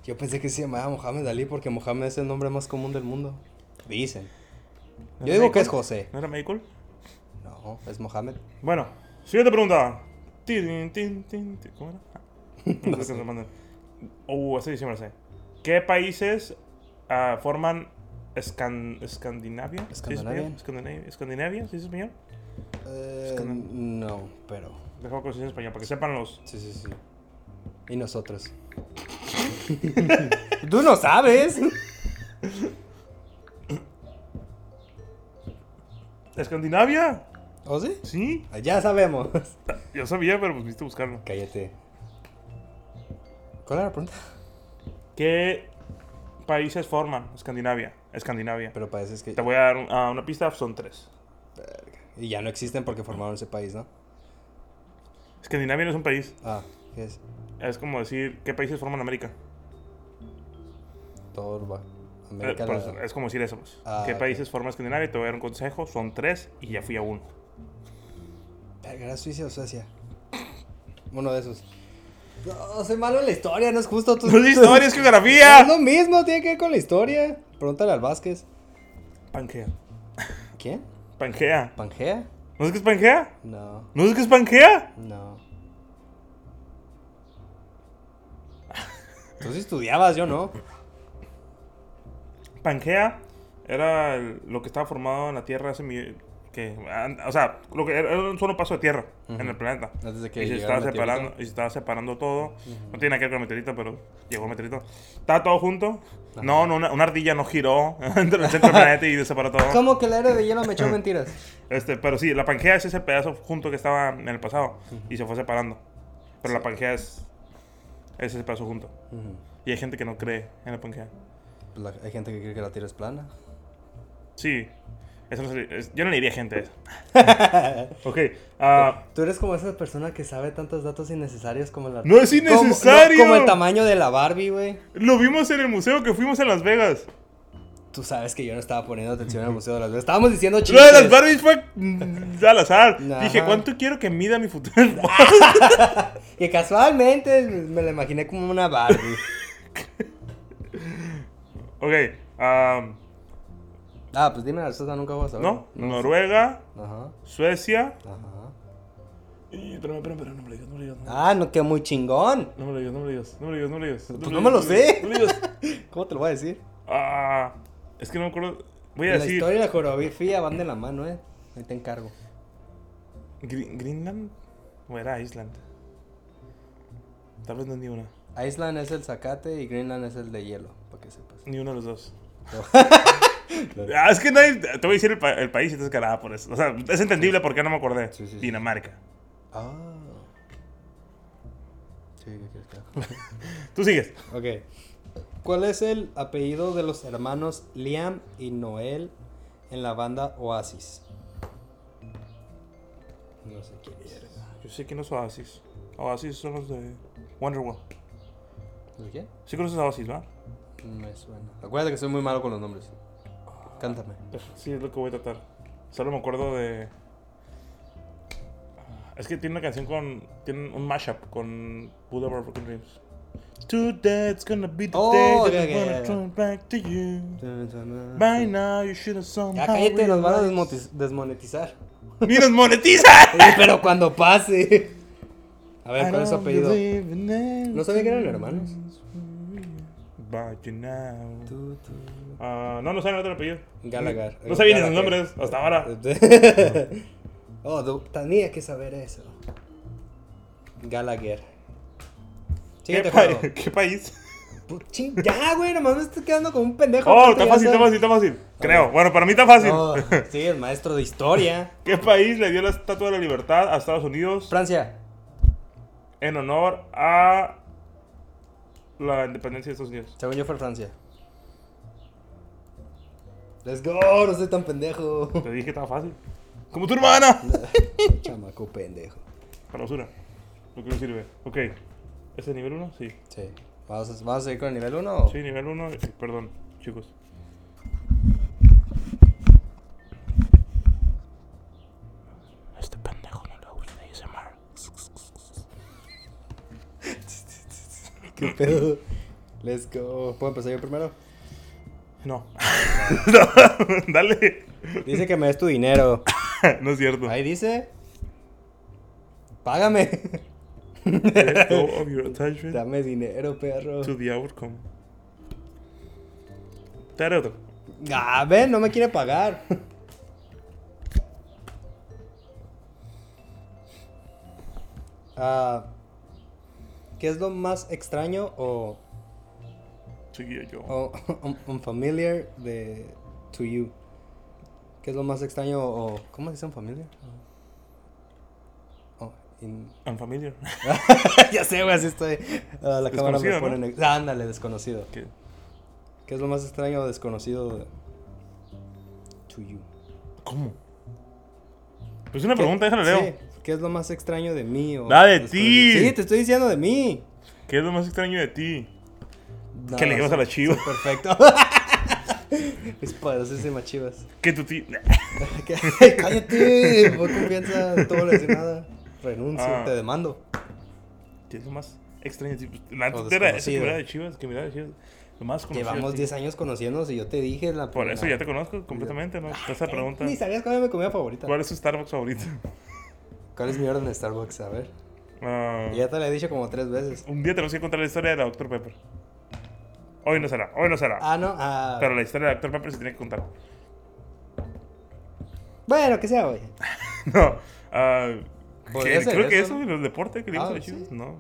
Yo pensé que se llamaba Mohamed Ali porque Mohamed es el nombre más común del mundo. Dicen. Yo digo que es José.
¿No era Michael?
No, es Mohamed.
Bueno, siguiente pregunta. Tin, tin, tin, tin. ¿Cómo era? Ah, no sé qué nos mandan. Uh, ese sí me lo sé. ¿Qué países ah, forman Escan- Escandinavia? ¿Sí es
Escandinavia.
español? Escandinavia. ¿Escandinavia? ¿Sí es español?
Eh,
Es que no.
no, pero.
Dejo que sea en español para que sepan los.
Sí, sí, sí. Y nosotros. Tú no sabes.
¿Escandinavia?
¿O sí?
Sí.
Ya sabemos.
Yo sabía, pero pues viste buscarlo.
Cállate. ¿Cuál era la pregunta?
¿Qué países forman Escandinavia? Escandinavia.
Pero parece que.
Te voy a dar un- ah, una pista, son tres.
Y ya no existen porque formaron ese país, ¿no?
Escandinavia no es un país.
Ah, ¿qué es?
Es como decir, ¿qué países forman América?
Todo va.
Eh,
América
por
la-
eso, es como decir eso. pues.
Ah,
¿Qué
ok.
países forman Escandinavia? Te voy a dar un consejo. Son tres y ya fui a uno.
Verga, ¿Era Suiza o Suecia? Uno de esos. No, soy malo en la historia, no es justo. Tú,
¡No es historia, es
Es
geografía!
lo mismo, tiene que ver con la historia. Pregúntale al Vázquez.
Pangea.
¿Quién?
Pangea.
¿Pangea?
¿No es que es Pangea?
No,
¿No es que es Pangea?
no. Tú sí estudiabas, yo no.
Pangea era el- lo que estaba formado en la Tierra hace mi- que an- o sea, lo que era era un solo paso de tierra en el planeta.
Antes de que
y se estaba
llegara el meteorito.
separando, y se estaba separando todo. No tiene nada que ver con el meteorito, pero llegó el meteorito. Estaba todo junto. No, no, una, una ardilla no giró dentro del centro del planeta y separó todo.
¿Cómo que la era de hielo me
Mm.
echó mentiras?
Este, pero sí, la Pangea es ese pedazo junto que estaba en el pasado y se fue separando. Pero la Pangea es, es ese pedazo junto.
Ujú.
Y hay gente que no cree en la Pangea.
Pues la- hay gente que cree que la tierra es plana.
Sí, eso no se- es- yo no le diría gente a eso. ok, ah,
Tú eres como esa persona que sabe tantos datos innecesarios como la...
¡No es
Como- no,
innecesario!
Como, el tamaño de la Barbie, güey.
lo vimos en el museo que fuimos en Las Vegas.
Tú sabes que yo no estaba poniendo atención al Museo de las Vegas. Estábamos diciendo chistes.
Lo de las Barbies fue mm, al azar.
Ajá.
Dije, ¿cuánto quiero que mida mi futuro esposa?
Que casualmente me la imaginé como una Barbie.
ok, ah,
ah, pues dime la respuesta, nunca voy a saber.
¿no? Noruega,
Ajá,
Suecia.
ajá.
Y, espérame, espérame, espérame, no me lo digas, no me lo digas. no.
Ah, no, que muy chingón.
No me lo digas, no me lo digas, no me lo digas, no me lo digas.
Pues no me lo sé.
No me lo digas.
¿Cómo te lo voy a decir?
Ah, es que no me acuerdo. Voy a
la
decir.
historia y la coreografía van de la mano, eh. Ahí te encargo.
Gre- ¿Greenland? ¿O era Island? Tal vez no es ni una.
Iceland es el zacate y Greenland es el de hielo, para que sepas.
Ni uno de los dos. Ah, es que nadie. Te voy a decir el, pa- el país y te cagada por eso. O sea, es entendible porque no me acordé.
Sí, sí, sí.
Dinamarca.
Ah. Sí, ¿qué quieres que haga?
Tú sigues.
Ok. ¿Cuál es el apellido de los hermanos Liam y Noel en la banda Oasis? No sé quién es.
Yo sé quién es Oasis. Oasis son los de Wonderwall.
¿De quién?
Sí conoces a Oasis, ¿va?
No me suena. Acuérdate que soy muy malo con los nombres. Cántame.
Sí, es lo que voy a tratar. Solo me acuerdo de. ah, Es que tiene una canción con. Tiene un mashup con Buddha Broken Dreams. Today's gonna be the
Oh,
day that I'm
ok, ok,
gonna
ok.
turn back to you. By
Ya
now you should have somehow
cállate, nos van a
realized-
desmoti- desmonetizar.
¡Ni nos monetiza!
Eh, pero cuando pase. A ver, ¿cuál es su apellido?
¿No
¿No sabía que eran hermanos?
But you now. Ah, no, no saben el otro apellido.
Gallagher.
No sabía ni sus
Gallagher.
nombres hasta ahora.
oh, du- tenía que saber eso. Gallagher.
¿Qué,
Siguiente
pa-
juego.
¿Qué país?
Pu- chin- ya, güey, nomás me estoy quedando como un pendejo.
Oh,
¿Cuánto
está
ya
fácil, está
sabes?
fácil, está fácil. Creo. Bueno, para mí está fácil.
No, sí, el maestro de historia.
¿Qué país le dio la Estatua de la Libertad a Estados Unidos
Francia.
en honor a la independencia de Estados Unidos?
Según yo fue Francia. Let's go, no soy tan pendejo.
Te dije que estaba fácil. Como tu hermana.
Chamaco pendejo.
Para la basura. Lo que no sirve. Ok. ¿Ese nivel 1? Sí.
Sí. ¿Vamos a, vamos a seguir con el nivel 1?
Sí, nivel 1. Perdón, chicos. Este pendejo no le gusta ASMR.
¿Qué pedo? Let's go. ¿Puedo empezar yo primero?
No. Dale.
Dice que me des tu dinero.
no es cierto.
Ahí dice. Págame.
Let go of Oh, your attachment
Dame dinero, perro.
to the outcome. Te haré otro.
Ah, ven, no me quiere pagar. Ah, ¿Qué es lo más extraño o,
Seguía yo.
o un- unfamiliar de to you? ¿Qué es lo más extraño o cómo se dice unfamiliar? Oh, in-
Unfamiliar.
ya sé, güey, así estoy. Ah, la cámara me
Desconocido,
pone.
¿no?
neg- Ah, ándale, desconocido.
¿Qué?
¿Qué es lo más extraño o desconocido de to you?
¿Cómo? Pues una pregunta, déjala leo.
Sí, ¿Qué es lo más extraño de mí? O
Nada de
después-
ti.
Sí, te estoy diciendo de mí.
¿Qué es lo más extraño de ti?
No,
Que le llevas a la
soy-
Chivas.
soy Perfecto. Mis padres se machivas.
Que tu tío.
Cállate, por confianza, no te voy a decir nada. Renuncio,
Ah.
te demando.
¿Qué es lo más extrañas. Tipo, La
O
antes era esa que
desconocido.
miraba de Chivas, que miraba de Chivas. Lo más conocido.
Llevamos
tío.
10 años conociéndonos y yo te dije la
Por eso
la-
ya te conozco completamente, ¿no? Esa pregunta.
Ni sabías cuál era mi comida favorita.
¿Cuál es tu Starbucks favorito?
¿Cuál es mi orden de Starbucks? A ver.
Ah,
Ya te la he dicho como tres veces.
un día tenemos que contar la historia de la Dr. Pepper. Hoy no será, hoy no será.
Ah, no. Ah,
Pero la historia de la Dr. Pepper se tiene que contar.
Bueno, que sea, güey.
No. ah,
Podría
que-
ser
creo que
eso,
eso, en los deportes que dimos
Ah,
de Chivas,
¿sí?
no.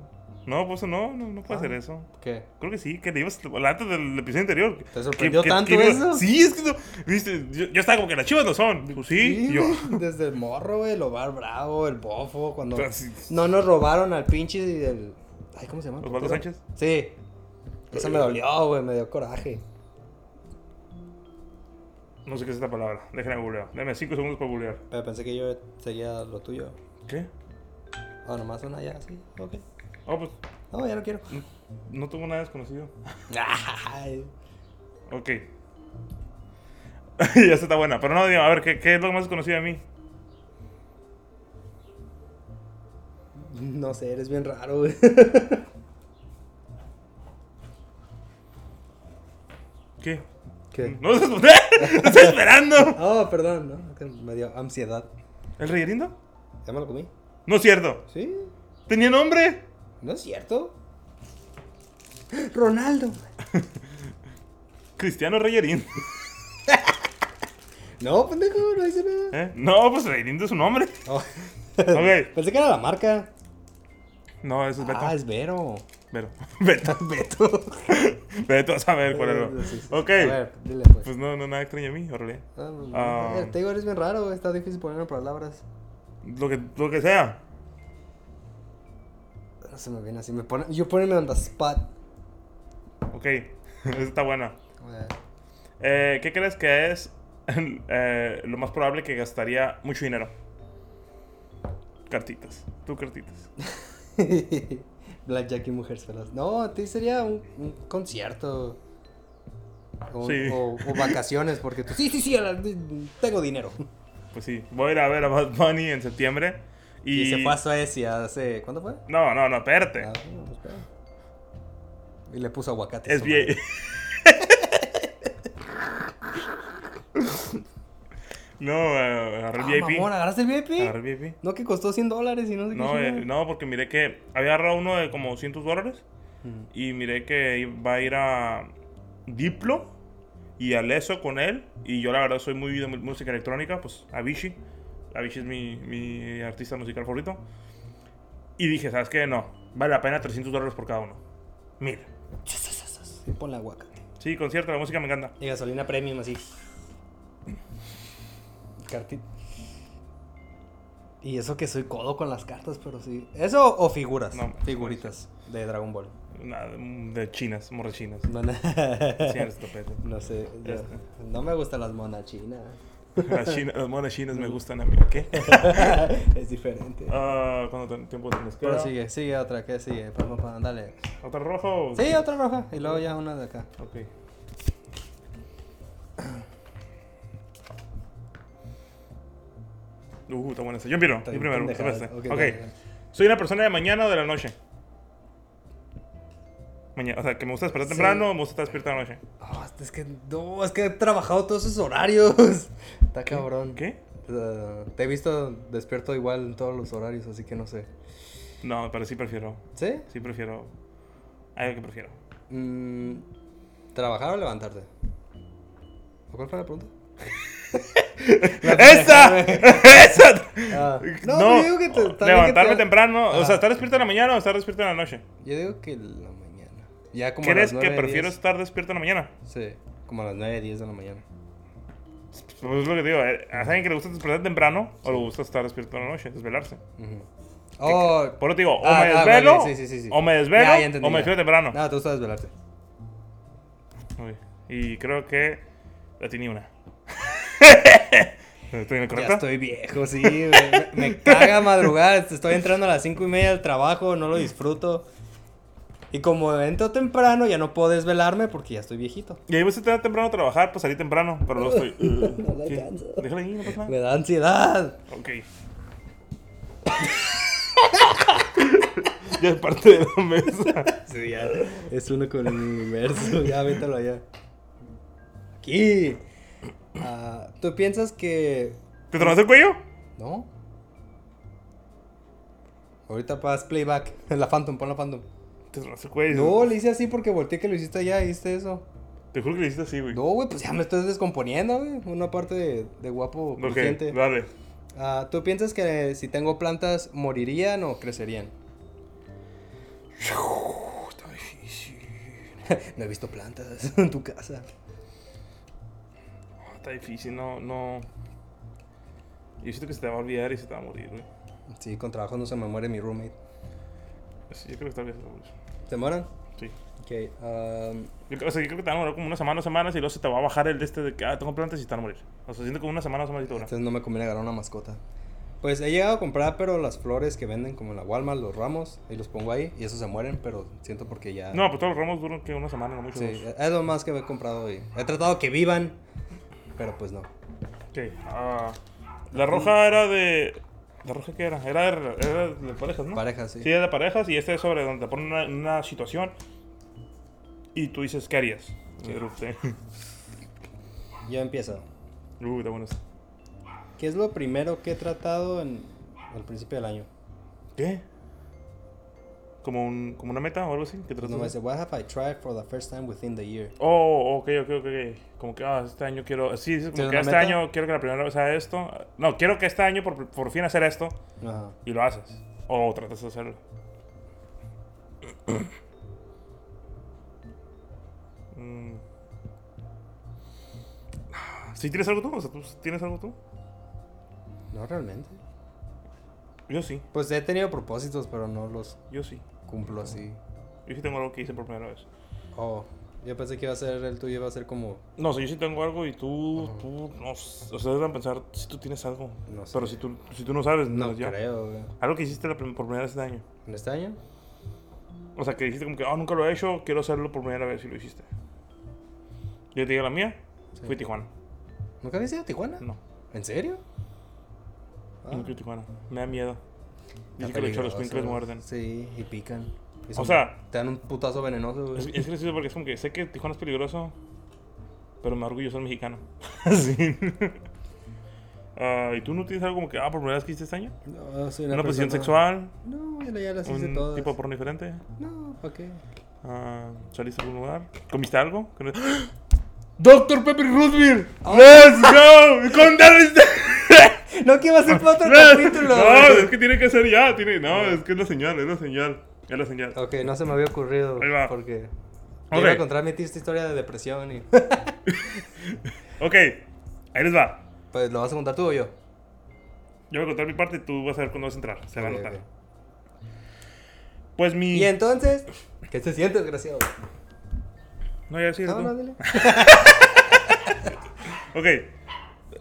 No, pues no, no, no puede
Ah.
ser eso.
¿Qué?
Creo que sí, que le ibas antes del episodio anterior.
¿Te sorprendió tanto eso?
Sí, es que no, viste, yo, yo estaba como que las chivas no son. Digo, sí, y yo.
güey, Desde el morro, güey, el Ovar Bravo, el Bofo, cuando
Pero Ah, sí.
no nos robaron al pinche y del... Ay, ¿cómo se llama?
¿Osvaldo Sánchez?
Sí. Eso me dolió, güey, me dio coraje.
No sé qué es esta palabra. Déjenme googlear. Dame 5 segundos para googlear.
Pero pensé que yo seguía lo tuyo.
¿Qué?
Ah, nomás una ya, sí, ok.
Oh, pues
No, ya no quiero.
no tengo nada desconocido.
Ay,
Ok. ya esta está buena. Pero no, digo, a ver, ¿qué, qué es lo más desconocido de mí?
no sé, eres bien raro, güey.
¿Qué?
¿Qué?
No sé, ¡Te estoy esperando!
Oh, perdón, no, que me dio ansiedad.
¿El rey lindo?
¿Ya me lo comí?
No es cierto.
Sí,
¿Tenía nombre?
¿no es cierto? Ronaldo.
Cristiano Reyerín.
No, pendejo, no hice nada.
¿Eh? No, pues Reyerín es su nombre.
Oh.
Ok.
Pensé que era la marca.
No, eso es Beto.
Ah, es Vero.
Vero. Beto.
Beto.
Beto a saber cuál era.
Sí, sí, sí.
Ok.
A ver, dile pues.
Pues no, no, nada extraño a mí, órale.
Ah, no,
Ah.
eh, te digo, eres bien raro, güey, está difícil poner en palabras.
Lo que, lo que sea.
No Ah, se me viene así, me pone, yo ponerme on the spot.
Ok. Esa está buena.
Eh,
Eh, ¿Qué crees que es eh, lo más probable que gastaría mucho dinero? Cartitas. Tú cartitas.
Blackjack y mujeres felas. No, a ti sería un, un concierto. O,
Sí.
o- o vacaciones, porque tú. Sí, sí, sí, a la- tengo dinero.
Pues sí. Voy a ir a ver a Bad Bunny en septiembre. Y,
Y, se fue a Suecia hace. ¿Cuándo fue?
No, no, no, espérate.
Ah, no, pues, claro. y le puso aguacate. a
Es
su
bien.
madre.
no, eh, agarré
Ah,
el VIP.
mamón, ¿agarraste el VIP?
Agarré el VIP.
No, que costó 100 dólares y no sé qué.
No, eh,
chingada.
no, porque miré que había agarrado uno de como 100 dólares.
Mm.
Y miré que va a ir a Diplo y a Leso con él. Y yo la verdad soy muy de mu- música electrónica, pues Avicii. Avicii es mi, mi artista musical favorito. Y dije, ¿sabes qué? No, vale la pena 300 dólares por cada uno. Mira.
Sí, ponle aguacate.
Sí, concierto, la música me encanta.
Y gasolina premium así. Carti- Y eso que soy codo con las cartas, pero sí. ¿Eso o figuras?
No,
Figuritas de Dragon Ball.
Nada, de chinas, morras chinas.
No, no.
Sí, Aristóteles.
No sé. yo-
Este.
no me gustan las monachinas.
Las, chinas, las monas chinas me gustan a mí. ¿Qué?
es diferente.
Ah, ¿Cuánto te- tiempo tienes?
Pero
Queda?
sigue, sigue otra, que sigue. Pam, pam, pam, dale.
¿Otro rojo?
Sí, otra roja. Y luego ya una de acá.
Ok. Uh, está buena esa. Yo empiezo, yo primero. se me hace.
Pendejadas. Ok,
ok.
dale, dale.
Soy una persona de mañana o de la noche. Mañana, o sea, que me gusta despertar
Sí.
temprano o me gusta estar despierto en la noche.
Ah, es que no, es que he trabajado todos esos horarios. Está cabrón.
¿Qué?
Eh, te he visto despierto igual en todos los horarios, así que no sé.
No, pero sí prefiero.
¿Sí?
Sí prefiero. Hay algo que prefiero.
Mm, ¿Trabajar o levantarte? ¿O ¿Cuál fue la pregunta?
¡Esa! ¡Esa!
Ah,
No,
pero yo digo que te- está bien que
levantarme
te-
temprano. O
Ajá.
sea, estar despierto en la mañana o estar despierto en la noche.
Yo digo que la mañana. Ya como a
¿Crees
las
que
9,
prefiero
10.
estar despierto en la mañana?
Sí, como a las 9, 10 de la mañana.
Pues es lo que te digo, eh, a alguien que le gusta despertar temprano o le gusta estar despierto en la noche, desvelarse.
Ujú. Oh,
Por eso te digo, o
Ah,
me
ah,
desvelo,
vale, sí, sí, sí, sí.
o me desvelo,
Ya, ya entendí,
o me
ya.
despierto temprano.
nada, te gusta desvelarte.
Muy bien. Y creo que la tenía una. ¿Estoy en el
Ya
correcto?
estoy viejo, sí. Me, me caga madrugar. Estoy entrando a las cinco y media al trabajo, no lo disfruto. Y como entro temprano, ya no puedo desvelarme porque ya estoy viejito.
Y ahí me a temprano a trabajar, pues salí temprano, pero luego estoy...
No me
Sí.
alcanzo.
Déjala ahí, no pasa
Me
nada.
da ansiedad.
Ok. ya es parte de la mesa.
Sí, ya. Es uno con el universo. Ya, vétalo allá. Aquí. Ah, ¿Tú piensas que.
¿Te tronaste el cuello?
¿No? Ahorita pasas playback. La Phantom, pon la Phantom.
Te tronaste el cuello.
No, le hice así porque volteé que lo hiciste allá y hiciste eso.
Te juro que le hiciste así, güey.
No, güey, pues ya me estás descomponiendo, güey. Una parte de, de guapo
ok,
consciente.
dale.
Ah, ¿Tú piensas que si tengo plantas morirían o crecerían?
Está difícil.
no he visto plantas en tu casa.
Oh, Está difícil, no, no. Yo siento que se te va a olvidar y se te va a morir, güey.
Sí, con trabajo no se me muere mi roommate.
Sí, Yo creo que tal vez se te va a morir.
¿Te mueran?
Sí.
Ok. um, am,
Yo, creo- o sea, yo creo que te van a morir como una semana, dos semanas y luego se te va a bajar el de este de que, ah, tengo plantas y te van a morir. O sea, siento como una semana, dos semanas y te dura.
entonces no me conviene agarrar una mascota. Pues he llegado a comprar, pero las flores que venden como en la Walmart, los ramos, y los pongo ahí y esos se mueren, pero siento porque ya...
No, pues todos los ramos duran que una semana, no mucho.
Sí,
más.
es lo más que he comprado hoy. He tratado que vivan, pero pues no.
Ok, ah, la roja era de. ¿La roja qué era? Era de, era de parejas, ¿no?
Parejas, sí.
Sí, era de parejas y este es sobre donde te ponen una, una situación y tú dices, ¿qué harías? Pero, sí.
Yo empiezo.
Uh, está bueno esto.
¿Qué es lo primero que he tratado en al principio del año?
¿Qué? ¿Como, un, ¿Como una meta o algo así? ¿Que
Pues
tratas
no me
de-
dice, what have I tried for the first time within the year?
Oh, ok, ok, ok. ok. Como que, ah, este año quiero. Sí, sí, como
¿Tienes
que
una
este
meta?
año quiero que la primera vez haga esto. No, quiero que este año por, por fin hacer esto
Ajá.
y lo haces. O tratas de hacerlo. Mm. ¿Sí tienes algo tú? O sea, ¿tú tienes algo tú?
No realmente.
Yo sí,
Pues he tenido propósitos, pero no los
yo sí.
cumplo así.
Yo sí tengo algo que hice por primera vez.
Oh, yo pensé que iba a ser el tuyo, iba a ser como...
No, o sea, yo sí tengo algo y tú, tú, no, s- o sea, deben pensar si tú tienes algo.
No sé.
Pero si tú, si tú no sabes,
No
pues ya.
creo, güey.
Algo que hiciste la prim- por primera vez este año.
¿En este año?
O sea, que dijiste como que, ah, nunca lo he hecho, quiero hacerlo por primera vez y lo hiciste. Yo te digo la mía,
Sí.
fui a Tijuana.
¿Nunca habías ido a Tijuana?
No,
¿En serio? Ah,
no fui a Tijuana. Me da miedo.
está
Dicen que los choros
peligroso.
muerden.
Sí, y pican. Y
O
son-
sea,
Te dan un putazo venenoso, güey.
es, es gracioso porque es como que sé que Tijuana es peligroso, pero me da orgullo ser mexicano. Así. Ah, ¿Y tú no tienes algo como que, ah, por primera vez que hiciste este año?
No, soy
¿Una,
una
posición
persona-
sexual?
No, yo ya las hice
¿Un
todas.
tipo de porno diferente?
No, ¿para qué?
Ah, ¿Saliste a algún lugar? ¿Comiste algo? Que no-
¡Doctor Pepper Rootbeer!
¡Let's go! ¡Con Darren Stan-
No, que iba a ser para Este otro capítulo.
No,
güey.
es que tiene que ser ya. Tiene, no, es que es la señal, es la señal. Es la señal.
Ok, no se me había ocurrido.
Ahí va.
Porque.
Ok.
Yo iba a contar mi triste historia de depresión y.
Ok, ahí les va.
pues lo vas a contar tú o yo.
Yo voy a contar mi parte y tú vas a ver cuándo vas a entrar. Se va a
Ok,
notar.
ok.
Pues mi.
Y entonces. ¿Qué se siente, desgraciado?
No, ya sí, eres
No,
tú.
no, dile.
Ok,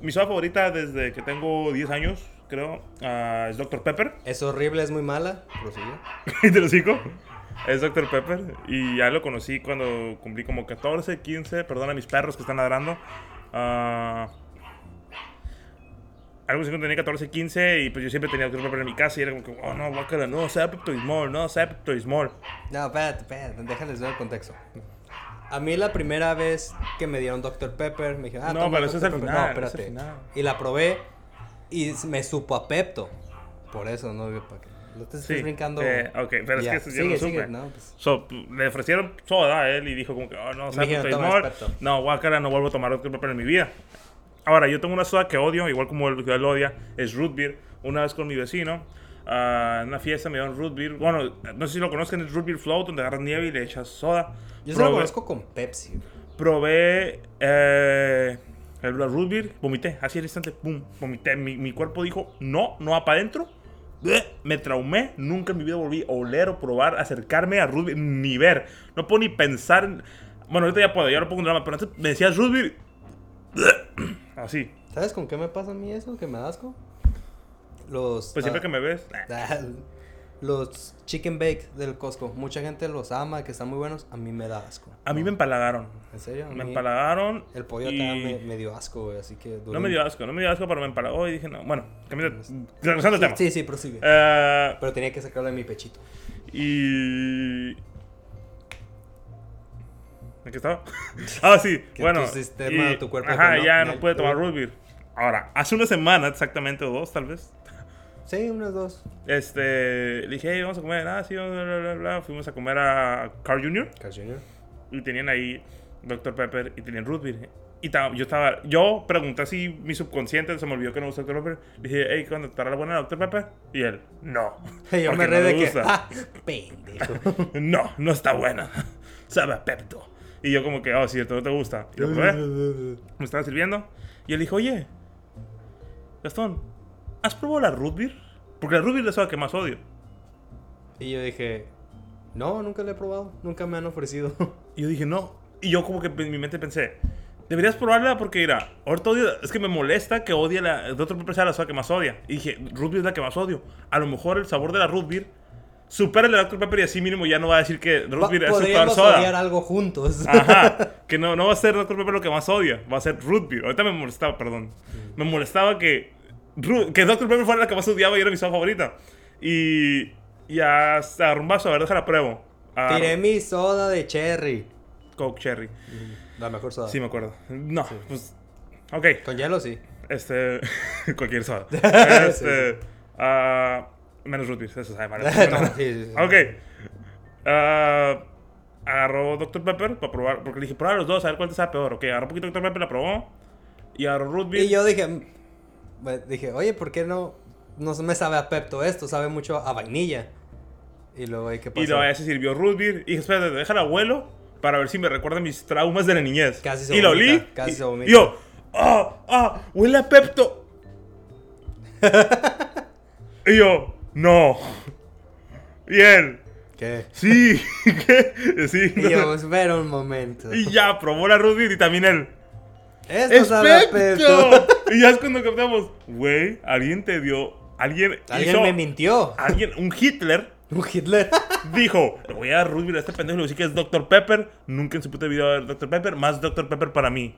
mi soda favorita desde que tengo 10 años, creo, ah, es Dr. Pepper.
Es horrible, es muy mala. Prosigue.
¿Y te lo sigo? Es Dr. Pepper. Y ya lo conocí cuando cumplí como 14, 15. Perdona a mis perros que están ladrando. Ah, algo así cuando tenía 14, 15. Y pues yo siempre tenía Dr. Pepper en mi casa. Y era como que, oh no, guácala, no, sea Pepto Bismol, no, sea Pepto Bismol.
No, espérate, espérate. Déjales ver el contexto. A mí la primera vez que me dieron Dr. Pepper, me dijeron, ah,
No,
toma
pero eso es
Dr.
al final, eso
Pepper. No,
es al
espérate.
final.
Y la probé y me supo a Pepto. Por eso no veo para qué. No te estés
Sí,
brincando.
eh, ok, pero
Ya,
es que eso yo no
sigue,
supe.
sigue, no, pues.
So, le ofrecieron soda a él y dijo como que, oh, no, sabe
Dije, no
Pepto
tomes
Bismol.
Pepto.
No, guácala, no vuelvo a tomar Dr. Pepper en mi vida. Ahora, yo tengo una soda que odio, igual como él, él odia, es root beer. Una vez con mi vecino, ah, en una fiesta me dieron root beer. Bueno, no sé si lo conocen, es root beer float, donde agarras nieve y le echas soda.
Yo solo
Probé-
conozco con Pepsi. güey.
Probé eh, el la root beer, vomité, así al instante, pum, vomité. Mi, mi cuerpo dijo, no, no va para adentro. Bleh, Me traumé, nunca en mi vida volví a oler o probar, acercarme a root beer, ni ver. No puedo ni pensar. en- Bueno, ahorita ya puedo, ya no pongo un drama, pero antes me decías root beer. bleh, Así.
¿Sabes con qué me pasa a mí eso? Que me da asco. Los.
Pues siempre que me ves.
Ah, Los chicken bake del Costco. Mucha gente los ama, que están muy buenos. A mí me da asco.
A mí me empalagaron.
¿En serio? A
Me
mí
empalagaron.
El pollo
y-
acá me, me dio asco, güey. Así que... duré
No me
un-
dio asco, no me dio asco, pero me empalagó y dije, no, bueno, cambié de- regresando al tema.
Este, Sí, sí, prosigue.
Eh,
Pero tenía que sacarlo de mi pechito.
y... ¿De qué estaba? ah, sí,
Que
bueno.
tu sistema,
y-
tu cuerpo
Ajá,
dijo, no,
ya
no,
no puede tomar
no.
root beer. Ahora, hace una semana exactamente, o dos tal vez,
Sí, unos dos.
este, le dije, hey, vamos a comer, ah, sí, bla, bla, bla, bla. fuimos a comer a Carl Jr.
Carl Jr.
y tenían ahí Dr. Pepper y tenían root beer. Y estaba- yo estaba, yo pregunté si mi subconsciente se me olvidó que no gusta Dr. Pepper. Le dije, hey, ¿cuándo estará la buena Dr. Pepper? Y él, no. porque
Yo me
no
re
le
de que...
gusta".
¡Ah! ¡Pendejo!
No, no está buena. Sabe a Pepto. Y yo, como que, oh, cierto, no te gusta. Y lo probé, me estaba sirviendo. Y él dijo, oye, Gastón, ¿has probado la root beer? Porque la root beer es la que más odio.
y yo dije... No, nunca lo he probado. Nunca me han ofrecido.
Y yo dije, no. Y yo como que en mi mente pensé, deberías probarla porque mira, ahorita odio, es que me molesta que odie la, de otro propio sea la soda que más odia. Y dije, root beer es la que más odio. A lo mejor el sabor de la root beer supera el de la Dr. Pepper y así mínimo ya no va a decir que root beer es su peor
Podríamos odiar
soda. Ah,
algo juntos.
Ajá, que no, no va a ser Dr. Pepper lo que más odia, va a ser root beer. Ahorita me molestaba, perdón. Me molestaba que, Ru- que Dr. Pepper fuera la que más odiaba y era mi soda favorita. Y ya hasta rumbazo, a ver, déjala pruebo. Ah,
Tiré mi soda de cherry.
Coke Cherry.
Mm, La mejor soda.
Sí, me acuerdo. No, pues. Ok,
Con hielo, sí.
este. cualquier soda.
Sí,
Este. ah, menos root beer, eso sabe mal.
No, sí, sí, sí.
Ok. ah, agarró Dr. Pepper para probar, porque le dije, prueba los dos, a ver cuál te sabe peor. Ok, agarró un poquito Dr. Pepper, la probó. Y agarró root beer.
Y yo dije... mm, bueno, Dije, oye, ¿por qué no...? No me sabe a Pepto esto, sabe mucho a vainilla. Y luego, ¿y ¿qué pasó?
y luego ya se sirvió root beer. Y dije, espérate, déjala abuelo para ver si me recuerda mis traumas de la niñez.
Casi se
y lo
vomita,
olí.
casi
y-
se vomita.
Y yo, ¡ah! ¡ah! ¡Huele a Pepto! y yo, ¡no! Y él,
¿Qué?
¡sí! ¿Qué? Sí.
Y yo, espera un momento.
Y ya, probó la root beer y también él.
Esto
¡Es
sabe a Pepto.
Pepto! y ya es cuando captamos, güey, alguien te dio. Alguien,
Alguien
hizo-
me mintió.
Alguien, un Hitler.
Un Hitler.
Dijo, le voy a dar root beer a este pendejo y le voy a decir que es Dr. Pepper. Nunca en su puta vida va a haber Dr. Pepper. Más Dr. Pepper para mí.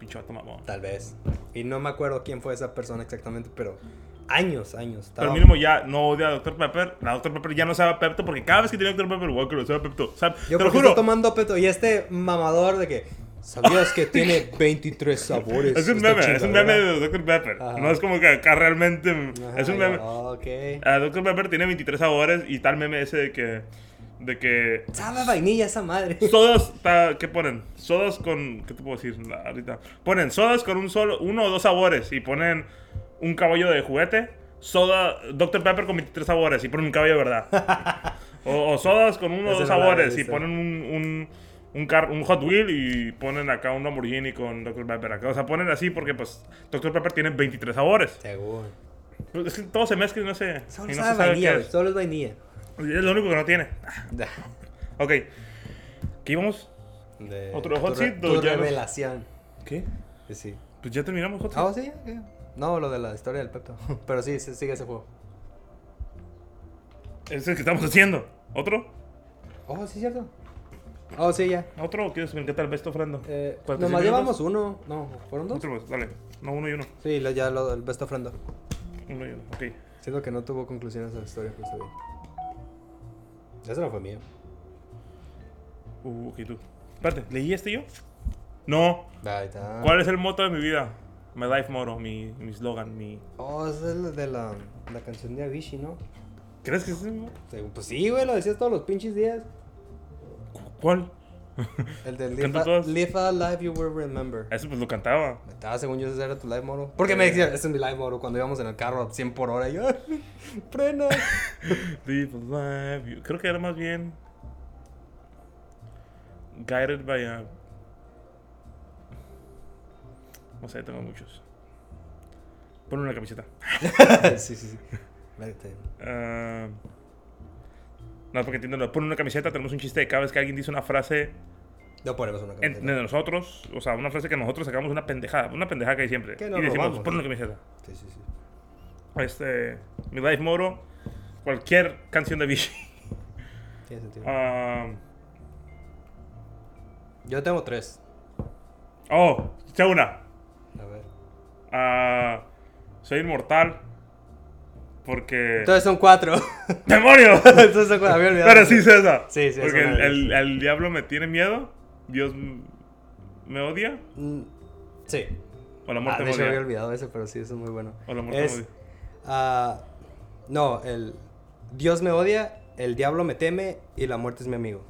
Pinche vato mamón.
Tal vez. Y no me acuerdo quién fue esa persona exactamente, pero años, años.
Pero
Estaba-
mínimo ya no odia a Dr. Pepper. La Dr. Pepper ya no sabe a Pepto porque cada vez que tiene Dr. Pepper, Walker lo sabe a Pepto. O sea,
Yo
te lo
porque
juro.
estoy tomando Pepto y este mamador de que sabías que tiene 23 sabores.
Es un
esta
meme, es un meme
chingadera?"
de Dr. Pepper.
Ajá.
No es como que acá realmente.
Ajá,
es un
yo,
meme.
Ok.
Ah, Dr. Pepper tiene 23 sabores y tal meme ese de que. De que.
Sabe a vainilla esa madre.
Sodas, ta- ¿qué ponen? Sodas con, ¿qué te puedo decir La- ahorita? Ponen sodas con un solo, uno o dos sabores y ponen un caballo de juguete, soda, Dr. Pepper con 23 sabores y ponen un caballo de verdad. o, o sodas con uno o
Ese
dos
no lo había
sabores y
visto.
ponen un, un, un, car- un Hot Wheel y ponen acá un Lamborghini con Dr. Pepper. acá. O sea, ponen así porque pues Dr. Pepper tiene 23 sabores.
Según.
Pero Es que todo se mezcla y no se, y
Solo
no se
sabe a
sabe qué
vainilla, güey,
es.
Solo es vainilla.
Es lo único que no tiene. Ah, Ok. ¿Qué íbamos?
De-
Otro hot
tu re-
seat,
Tu
o ya nos-
revelación.
¿Qué?
Sí.
Pues ya terminamos, Jota.
Ah, sí, ok. No, lo de la historia del Pepto. Pero sí, sí, sigue ese juego.
Es el que estamos haciendo. ¿Otro?
Oh, sí, cierto. Oh, sí, ya.
¿Otro o quieres que me encanta el besto, Fernando?
Eh,
¿Cuántos
nomás
minutos?
llevamos uno. No, ¿fueron dos?
Otro, pues, dale. No, uno y uno.
Sí, lo- ya lo del best ofrenda.
Uno y uno, ok.
Siento que no tuvo conclusiones a la historia, pero está bien. Eso no fue mío.
Uh, ok, tú. Espérate, ¿leí este yo? No.
Ahí está.
¿Cuál es el moto de mi vida? My life motto, mi, mi slogan, mi...
Oh, es el de la, la canción de Avicii, ¿no?
¿Crees que es el mismo?
Según- Pues sí, güey, lo decías todos los pinches días.
¿Cu- ¿Cuál?
El de
Canta
Live a,
todas.
live a Life You Will Remember.
Eso pues lo cantaba.
Estaba según yo, ese era tu live moro. Porque me decía, ese es mi live moro cuando íbamos en el carro a 100 por hora. Y yo, frena.
Live a life you- Creo que era más bien... Guided by a... No sé, tengo muchos. Ponle una camiseta.
sí, sí, sí. Vete.
Ah, no, porque entiendo, no, pon una camiseta, tenemos un chiste de cada vez que alguien dice una frase
No ponemos una
en-
camiseta.
de nosotros, o sea, una frase que nosotros sacamos una pendejada, una pendejada que hay siempre.
Que nos
y decimos,
robamos.
pon una camiseta.
Sí, sí, sí.
Este, mi life moro, cualquier canción de Vichy.
Tiene sentido.
Ah,
Yo tengo tres.
oh, sé una.
A ver.
Ah, soy inmortal. Porque.
Entonces son cuatro.
¡Demonio!
Entonces son cuatro. Había olvidado.
Pero sí, César.
Sí, sí,
Porque
es
el,
una
el-
vez.
el diablo me tiene miedo. Dios m- me odia.
Mm, Sí.
O la
Ah,
muerte
de
me
hecho había
odia.
olvidado eso, pero sí, eso es muy bueno.
O la muerte me
es,
odia.
ah, no, el Dios me odia, el diablo me teme y la muerte es mi amigo.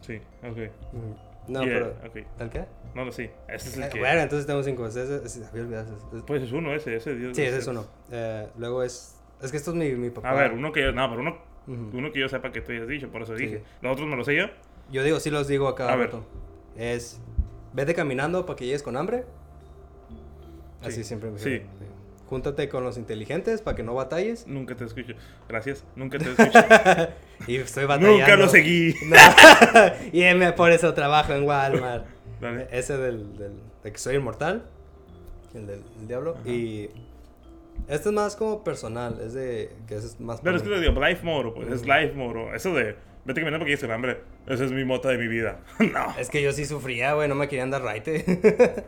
Sí, ok.
Mm, No,
Yeah,
pero...
ok.
¿El qué?
No, no, sí. Ese es el
Eh,
que.
Bueno, entonces tengo cinco. Ese, ese- había olvidado ese. ese-
Pues es uno, ese, ese. Dios
sí, ese es uno. Eh, luego es... Es que esto es mi, mi papá.
A ver, uno que yo. No, pero uno,
Ujú.
uno que yo sepa que tú hayas dicho, por eso
Sí.
dije. Los otros no lo sé yo.
Yo digo, sí los digo a cada
A ver.
rato. Es, vete caminando para que llegues con hambre.
Sí.
Así siempre me
Sí.
dijeron, Júntate con los inteligentes para que no batalles.
Nunca te escucho. Gracias, nunca te escucho.
Y estoy batallando.
nunca lo seguí.
No. y me- por eso trabajo en Walmart.
Dale.
Ese del, del- de que soy inmortal. El del el diablo.
Ajá.
Y este es más como personal. Es de... Que ese es más...
Pero es
para
que
mí.
te digo, Life Moro, pues es Life Moro. Eso de, vete caminando porque tienes hambre. Esa es mi mota de mi vida. no.
Es que yo sí sufría, güey, no me querían dar raite.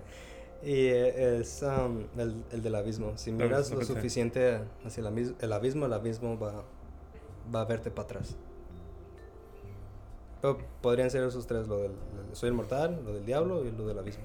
y eh, es um, el, el del abismo. Si
Lo-
miras
lo
lo
pensé.
suficiente hacia el, abis- el abismo, el abismo va, va a verte para atrás. Pero podrían ser esos tres, lo del lo de soy inmortal, lo del diablo y lo del abismo.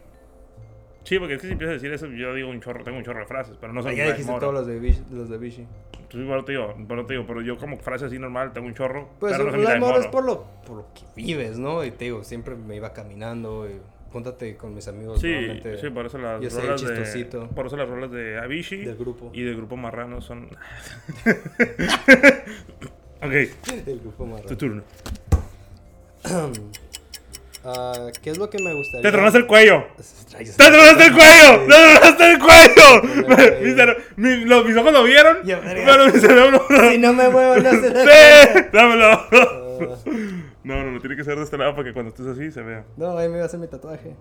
Sí, porque es que si empiezas a decir eso, yo digo un chorro, tengo un chorro de frases, pero no son
Ah, ya
Life
dijiste
Moro.
todos los de Vichy. Los de Vichy.
Sí, bueno, te digo, bueno, te digo, pero yo como frase así normal tengo un chorro.
Pues
pero no
los
son Life
moros es
Moro.
por lo, por lo que vives, ¿no? Y te digo, siempre me iba caminando y júntate con mis amigos.
Sí,
normalmente
sí, por eso las
yo soy el
rolas de.
chistosito.
Por eso las rolas de Avicii
Del grupo.
y del grupo Marrano son. ok,
del grupo marrón.
tu turno.
Ah, ¿Qué es lo que me gustaría?
¡Te tronaste el cuello!
Ay,
¡Te tronaste el cuello! ¡Te tronaste el cuello!
Sí.
Mi cere- mi- lo- mis ojos lo vieron,
Ya, verga.
pero mi cerebro no.
Si no me muevo, no se da
¡Sí! ¡Dámelo!
cuenta. Ah,
No, no, no, tiene que ser de este lado para que cuando estés así se vea.
no, ahí me iba a hacer mi tatuaje.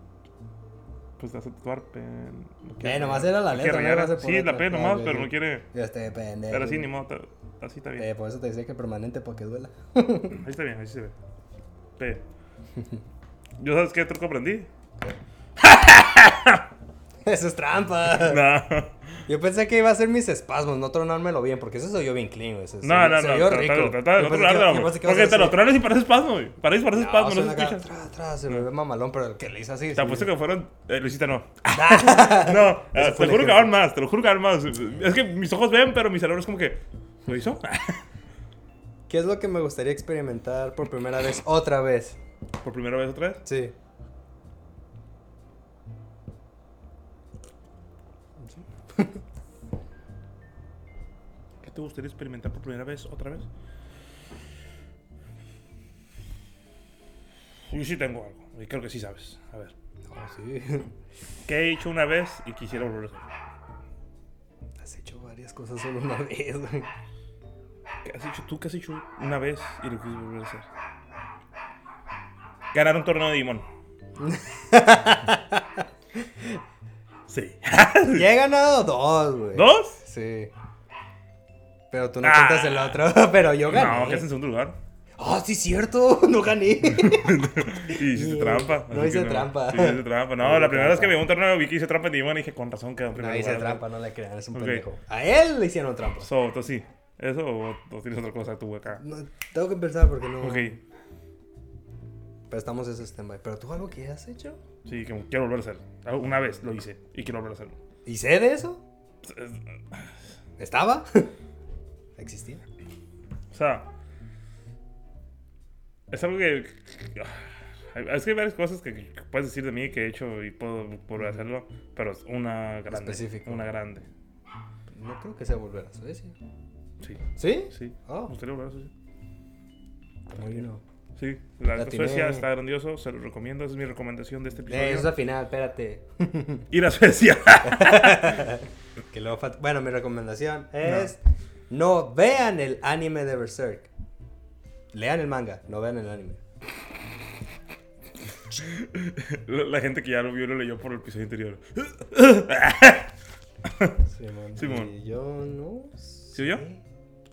Pues te vas a tatuar, pen. no quiere
Eh, nomás
rayar.
era la
No quiere
letra, no
rayar.
vas a
Sí, es la
poner
P
la-
nomás,
Ah,
pero
ok.
no quiere.
Yo estoy pendejo.
Pero así, ni modo, ta- así está bien.
Eh, por eso te decía que permanente, porque duela.
Ahí está bien, ahí sí se ve. P. ¿Yo sabes qué truco aprendí?
eso es trampa.
No.
Yo pensé que iba a ser mis espasmos, no tronármelo bien, porque eso soy yo bien clean, güey. Se- se-
No, no, no.
se oyó
Trata
rico.
de- trata de
Yo
no
pensé que-
tronarlo,
yo
güey.
pensé que iba a "Ah,
Porque
ser
te lo
así.
tronas y parece espasmo, güey. Parece, parece espasmo, no se
suena acá,
escucha.
tra, tra, se me ve mamalón, pero el que le hice así.
Te
se-
apuesto que fueron. eh, Luisita no.
Ah.
No, eh, te
Ese
lo
fue
juro
el
que
ejemplo.
van más, te lo juro que van más. Es que mis ojos ven, pero mi cerebro es como que. ¿Lo hizo?
¿Qué es lo que me gustaría experimentar por primera vez otra vez?
Por primera vez otra vez.
Sí.
¿Qué te gustaría experimentar por primera vez otra vez? Yo sí tengo algo, y creo que sí sabes. A ver.
sí.
¿Qué he hecho una vez y quisiera volver a hacer?
Has hecho varias cosas solo una vez, güey.
¿Qué has hecho tú? ¿Qué has hecho una vez y lo quisiste volver a hacer? Ganar un torneo de Digimon. sí.
Ya he ganado Este, dos, güey.
¿Dos?
Sí. Pero tú no
Ah.
cuentas el otro, pero yo gané.
No, que es en segundo lugar.
Ah, sí, cierto, no gané.
Y hiciste
Sí.
trampa.
No
así
hice
que
trampa.
Sí, hice trampa. No,
No hice
la primera vez que
trampa.
me dio un torneo vi que hice trampa en Digimon y dije, con razón quedó en primer
No hice
lugar.
trampa, no le crean, es un
Ok.
pendejo. A él le hicieron trampa.
So, entonces sí. ¿Eso o, o tienes otra cosa tú acá?
No, tengo que pensar porque no.
Ok.
Pero estamos en ese stand-by. Pero tú algo que has hecho.
Sí, que quiero volver a hacerlo. Ah, Una vez lo hice y quiero volver a hacerlo.
¿Y sé de eso? ¿Estaba? ¿Existía?
O sea, es algo que. ah, Es que hay varias cosas que que puedes decir de mí que he hecho y puedo volver a hacerlo, pero es una grande.
Específico.
Una grande.
No creo que sea volver a Suecia.
Sí,
¿Sí?
sí. Pues,
Oh.
Me gustaría volver a Suecia.
Como yo no.
Sí, la neta,
Atiné.
Suecia está grandioso, se lo recomiendo, esa es mi recomendación de este
Eh, eso es
episodio.
al final, espérate.
Ir a Suecia.
que luego falta- Bueno, mi recomendación es no. vean el anime de Berserk. Lean el manga, no vean el anime.
la, la gente que ya lo vio lo leyó por el episodio anterior.
Simón.
Simón.
Y yo no.
oyó?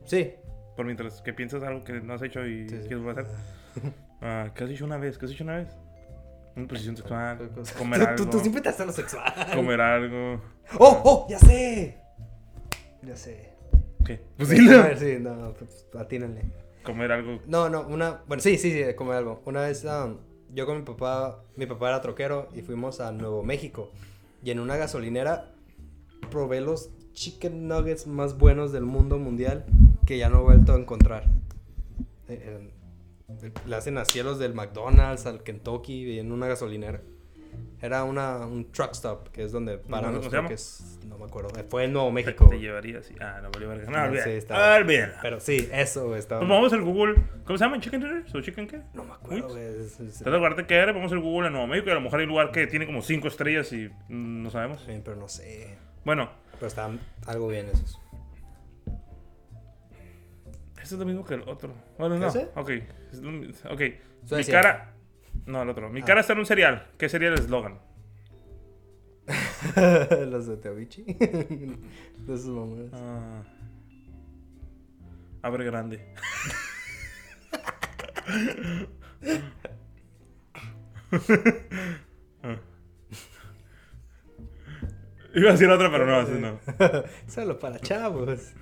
Sí.
Por mientras que piensas algo que no has hecho y
Sí, sí.
quieres volver a hacer. Ah, ¿Qué has hecho una vez? ¿Qué has hecho una vez? Una posición sexual,
Ah, Cosa-
comer
Tú-
algo,
Tú, tú siempre te haces lo sexual.
comer algo.
¡Oh, oh! ¡Ya sé! Ya sé.
¿Qué? Pues
Sí,
sí,
no.
¿no?
A ver, sí, no, pues, atínale.
Comer algo.
No, no, una. Bueno, sí, sí, sí, como algo. Una vez um, yo con mi papá, mi papá era troquero y fuimos a Nuevo México. Y en una gasolinera probé los chicken nuggets más buenos del mundo mundial que ya no he vuelto a encontrar. Eh, eh, le hacen así a los del McDonald's, al Kentucky y en una gasolinera. Era una, un truck stop, que es donde paran
¿Cómo
los
se llama?
truques. No me acuerdo. Eh, Fue en Nuevo
Te,
México.
te llevaría así. Ah, no, valió verga. No,
No, sí,
olvídalo.
está-
Olvídalo.
Pero sí, eso, güey, estaba.
Pues vamos al Google. ¿Cómo se llama? ¿Chicken dinners? ¿O chicken qué?
No me acuerdo,
Wings.
güey. es- es-
Trata de guardarte que era, vamos al Google en Nuevo México y a lo mejor hay un lugar que tiene como 5 estrellas y mm, no sabemos.
Bien, pero no sé.
Bueno,
Pero estaban algo bien esos.
esto es lo mismo que el otro. Bueno, no.
sé?
Ok. es lo mi- Ok. Mi
Suecia.
cara. No, el otro. Mi
Ah.
cara está en un cereal. ¿Qué sería el eslogan?
Los de Teobichi. de sus mamás.
Ah. Abre grande. Ah. Iba a decir otra, pero no, así no.
Ah. Solo para chavos.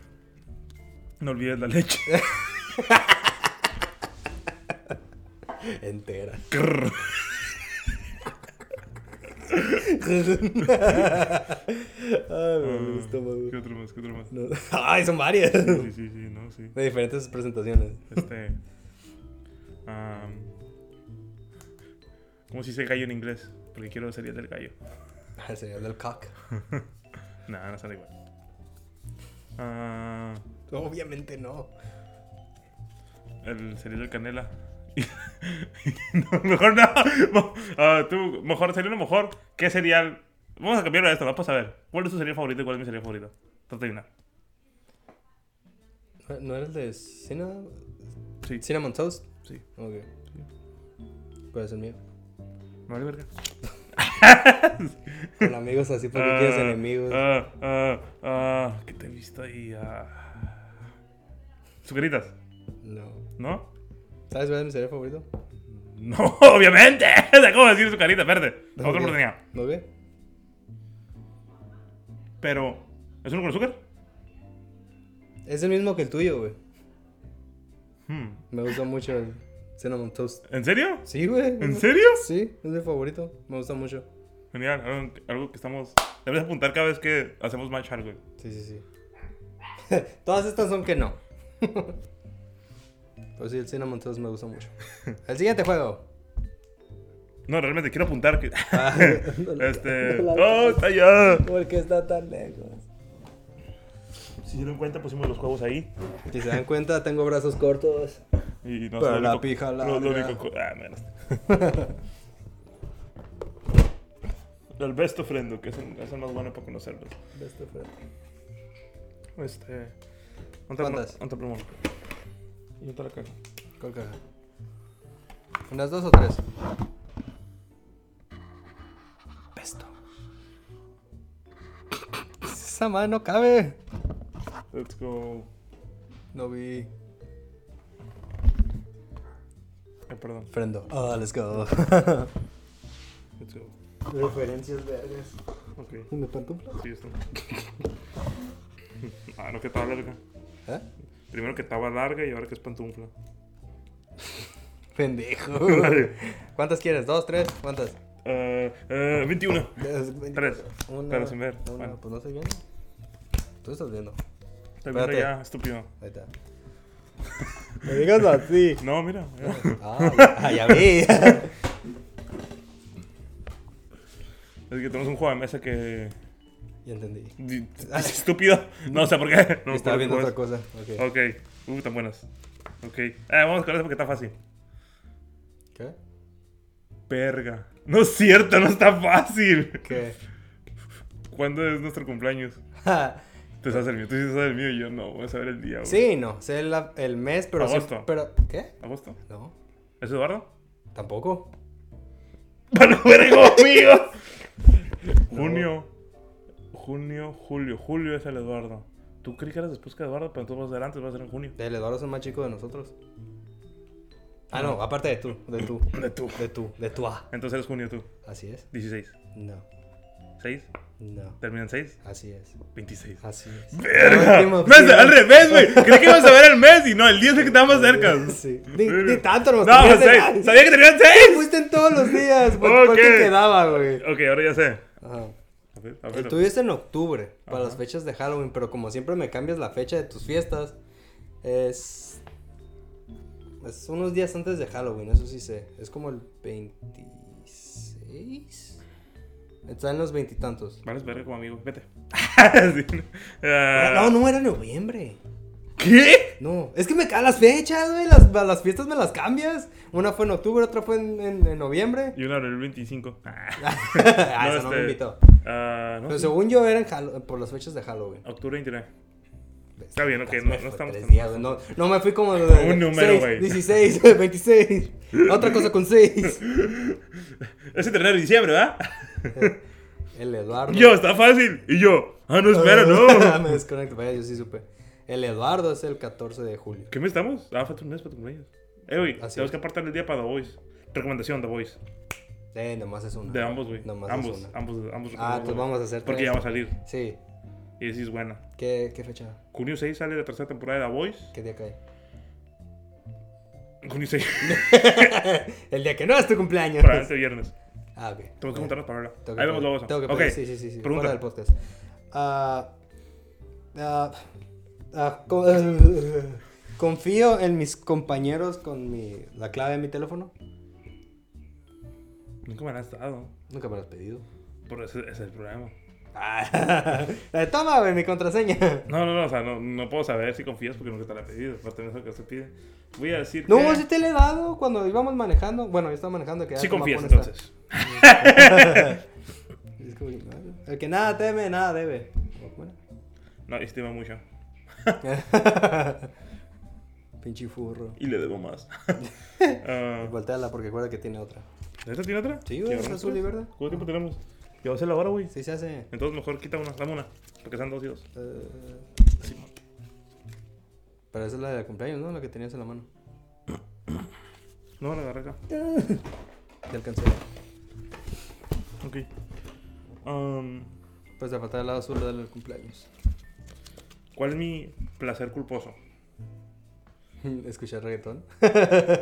No olvides la leche.
Entera.
Crrr.
Ay, me
Ah,
gusta,
¿Qué otro más? ¿Qué otro más?
Ay, son varias.
Sí,
De
sí, sí, no, sí.
diferentes presentaciones.
Este. am, ¿Cómo se dice gallo en inglés? Porque quiero sería del gallo.
El señor del cock.
Nah, no sale igual. Ah,
Obviamente no.
el cereal de canela. No, mejor no. Mo- ah, tú, mejor cereal o mejor. ¿Qué cereal? Vamos a cambiarlo a esto, vamos a ver. ¿Cuál es tu cereal favorito y cuál es mi cereal favorito? Trata de adivinar.
¿No- ¿No eres de Cinnamon?
Sí, sí.
Cinnamon Toast?
sí.
Ok. ¿Cuál es el mío?
Me Vale, verga.
Con amigos así porque quieres
Ah,
enemigos.
Ah, ah, ah, ¿Qué te he visto ahí? Ah. Sucaritas,
No.
¿no?
¿Sabes cuál es mi cereal favorito?
No, obviamente. Te acabo de decir sucaritas, verde. Otra
Ok.
oportunidad.
¿No qué?
Pero, ¿es uno con azúcar?
Es el mismo que el tuyo, güey.
Hmm.
Me gusta mucho el Cinnamon Toast.
¿En serio?
Sí, güey.
¿En serio?
Sí, es mi favorito. Me gusta mucho.
Genial, algo, algo que estamos. Debes apuntar cada vez que hacemos match algo.
Sí, sí, sí. Todas estas son que no. Pero sí, el Cinnamon Toast me gusta mucho. El siguiente juego.
No, realmente quiero apuntar que.
Ah, no, no,
este.
no,
¡Oh, está allá!
¿Por qué está tan lejos?
Si se en cuenta, pusimos los juegos ahí.
Si se dan cuenta, tengo brazos cortos.
Y no
Pero
sé, lo
la
único-
pija
Lo, lo
larga.
único. co- Ah, menos. El best friend, que es el, es el más bueno para conocerlos. Este. otra pre-
¿Cuántas?
Otra pregunta. Y otra caja.
¿Cuál caja? ¿Unas dos o tres? Pesto. Esa madre no cabe.
Let's go.
No vi.
Eh, perdón.
Frendo. Oh, let's go.
Let's go.
Referencias verdes.
Ok.
¿Me pantufla?
Sí, esto. ah, no, que estaba larga.
¿Eh?
Primero que estaba larga y ahora que es pantufla.
Pendejo.
Vale.
¿Cuántas quieres? ¿Dos, tres? ¿Cuántas?
Eh, eh, 21. Tres.
Una,
Pero sin ver.
Una,
Bueno.
pues no estoy viendo. Tú estás viendo.
Estoy viendo
Espérate.
ya, estúpido.
Ahí está. Me digas así.
No, mira. mira.
Ah, ah, ya vi.
Es que tenemos un juego de mesa que.
ya entendí.
di- Es estúpido. No sé por qué. No pues, me
Ah. Estaba
acuerdo
viendo
cómo
otra
es.
cosa.
Ok.
Ok.
Uh, tan buenas. Ok. Eh, vamos con eso porque está fácil.
¿Qué?
Verga. No es cierto, no está fácil.
¿Qué?
¿Cuándo es nuestro cumpleaños?
Ja.
Tú sabes el mío, tú sí sabes el mío y yo no. Voy a saber el día, güey.
sí, no. Sé el, el mes, pero. sí-
Agosto.
pero, ¿Qué?
¿Agosto?
No.
¿Es Eduardo?
Tampoco.
¡Para vergo mío! Junio. Junio, julio. Julio es el Eduardo. Tú crees que eras después que Eduardo, pero entonces vas adelante, va a ser en junio.
El Eduardo es el más chico de nosotros. Ah, no, aparte de tú, de tú,
De tú.
de tú, de tú A.
Entonces eres junio tú.
Así es.
16.
No,
6.
no.
Terminan 6.
Así es.
26.
Así es.
¡Verga!
Última
Me hace-
opción.
¡Al revés, güey! Creí que ibas a ver el mes y no, el 10 es el que estaba más cerca.
Sí. Ni, ni tanto,
No,
hermano.
pues, seis. Sabía que terminan 6.
Fuiste en todos los días. ¿Cuánto
Ok.
te quedaba, güey?
Ok, ahora ya sé.
Ajá.
A ver, a
El
ver.
tuyo es en octubre, para las fechas de Halloween, pero como siempre me cambias la fecha de tus fiestas, es... Es unos días antes de Halloween, eso sí sé. Es como el 26. Está en los veintitantos.
Vales verga como amigo. Vete. Sí.
No,
Ah,
no, era noviembre.
¿Qué?
No, es que me ca- las fechas, güey, las, las fiestas me las cambias. Una fue en octubre, otra fue en, en- en noviembre.
Y una del 25. Ah,
Ah, eso no me
este,
invitó.
ah, no,
Pero
sí.
según yo eran Hall- por las fechas de Halloween.
Octubre 29. Está bien, ok,
Pues, Casi
no-
me
no
fue
estamos
tres
tan-
días, güey, no, no me fui como de-
Un número,
seis,
güey.
16, 26. Otra cosa con 6.
Ese terreno de diciembre, ¿verdad?
Ah, El Eduardo.
Yo, está fácil. Y yo, ah, no, espera, no.
me desconecto, vaya, yo sí supe. El Eduardo es el 14 de julio.
¿Qué mes estamos? Ah, falta un mes para tu cumpleaños. Eh, güey,
Así
tenemos
es.
que apartar el día para The Voice. Recomendación The Voice.
Eh, nomás es una.
De ambos, güey.
Nomás es
Ambos,
una.
ambos, ambos.
Ah,
recomendamos,
pues
güey.
vamos a hacer
Porque
tres.
ya va a salir.
Sí.
Y esa es buena.
¿Qué, ¿Qué fecha?
Junio 6 sale la tercera temporada de The Voice.
¿Qué día cae?
Junio 6,
El día que no es tu cumpleaños.
para este viernes.
Ah, ok.
Tengo que
Ok.
juntarnos para verla.
Tengo que
Ahí vemos
poner-
luego eso.
Tengo que
Ok,
poner- sí, sí, sí, sí. Fuera
Pregunta.
del podcast. Ah, ah, ah, co- eh, confío en mis compañeros con mi, la clave de mi teléfono.
Nunca me la has dado.
Nunca me lo has pedido.
Pero ese, ese es el problema.
Ah, toma, güey, mi contraseña.
No, no, no, o sea, no, no puedo saber si confías porque nunca te la he pedido. Aparte de eso que se pide. Voy a decir
No,
que...
sí te la he dado cuando íbamos manejando. Bueno, yo estaba manejando. Que ya
Sí
se me
confías,
pone esta-
entonces.
Es como que, ah, el que nada teme, nada debe. Bueno.
No, estima mucho.
Pinche furro.
Y le debo más. Ah,
Volteala porque recuerda que tiene otra.
¿Esta tiene otra?
Sí, güey,
¿Llevamos
es azul
tres?
y verde. Ah.
¿Cuánto tiempo tenemos? Ya va a ser la hora, güey.
Sí se hace.
Entonces mejor quita una, dame una. Porque están dos y dos.
Eh, Pero esa es la de cumpleaños, ¿no? La que tenías en la mano.
No, la agarré acá.
Te alcancé.
Ok. Um,
Pues te faltaba el lado azul del cumpleaños.
¿Cuál es mi placer culposo?
Escuchar reggaetón.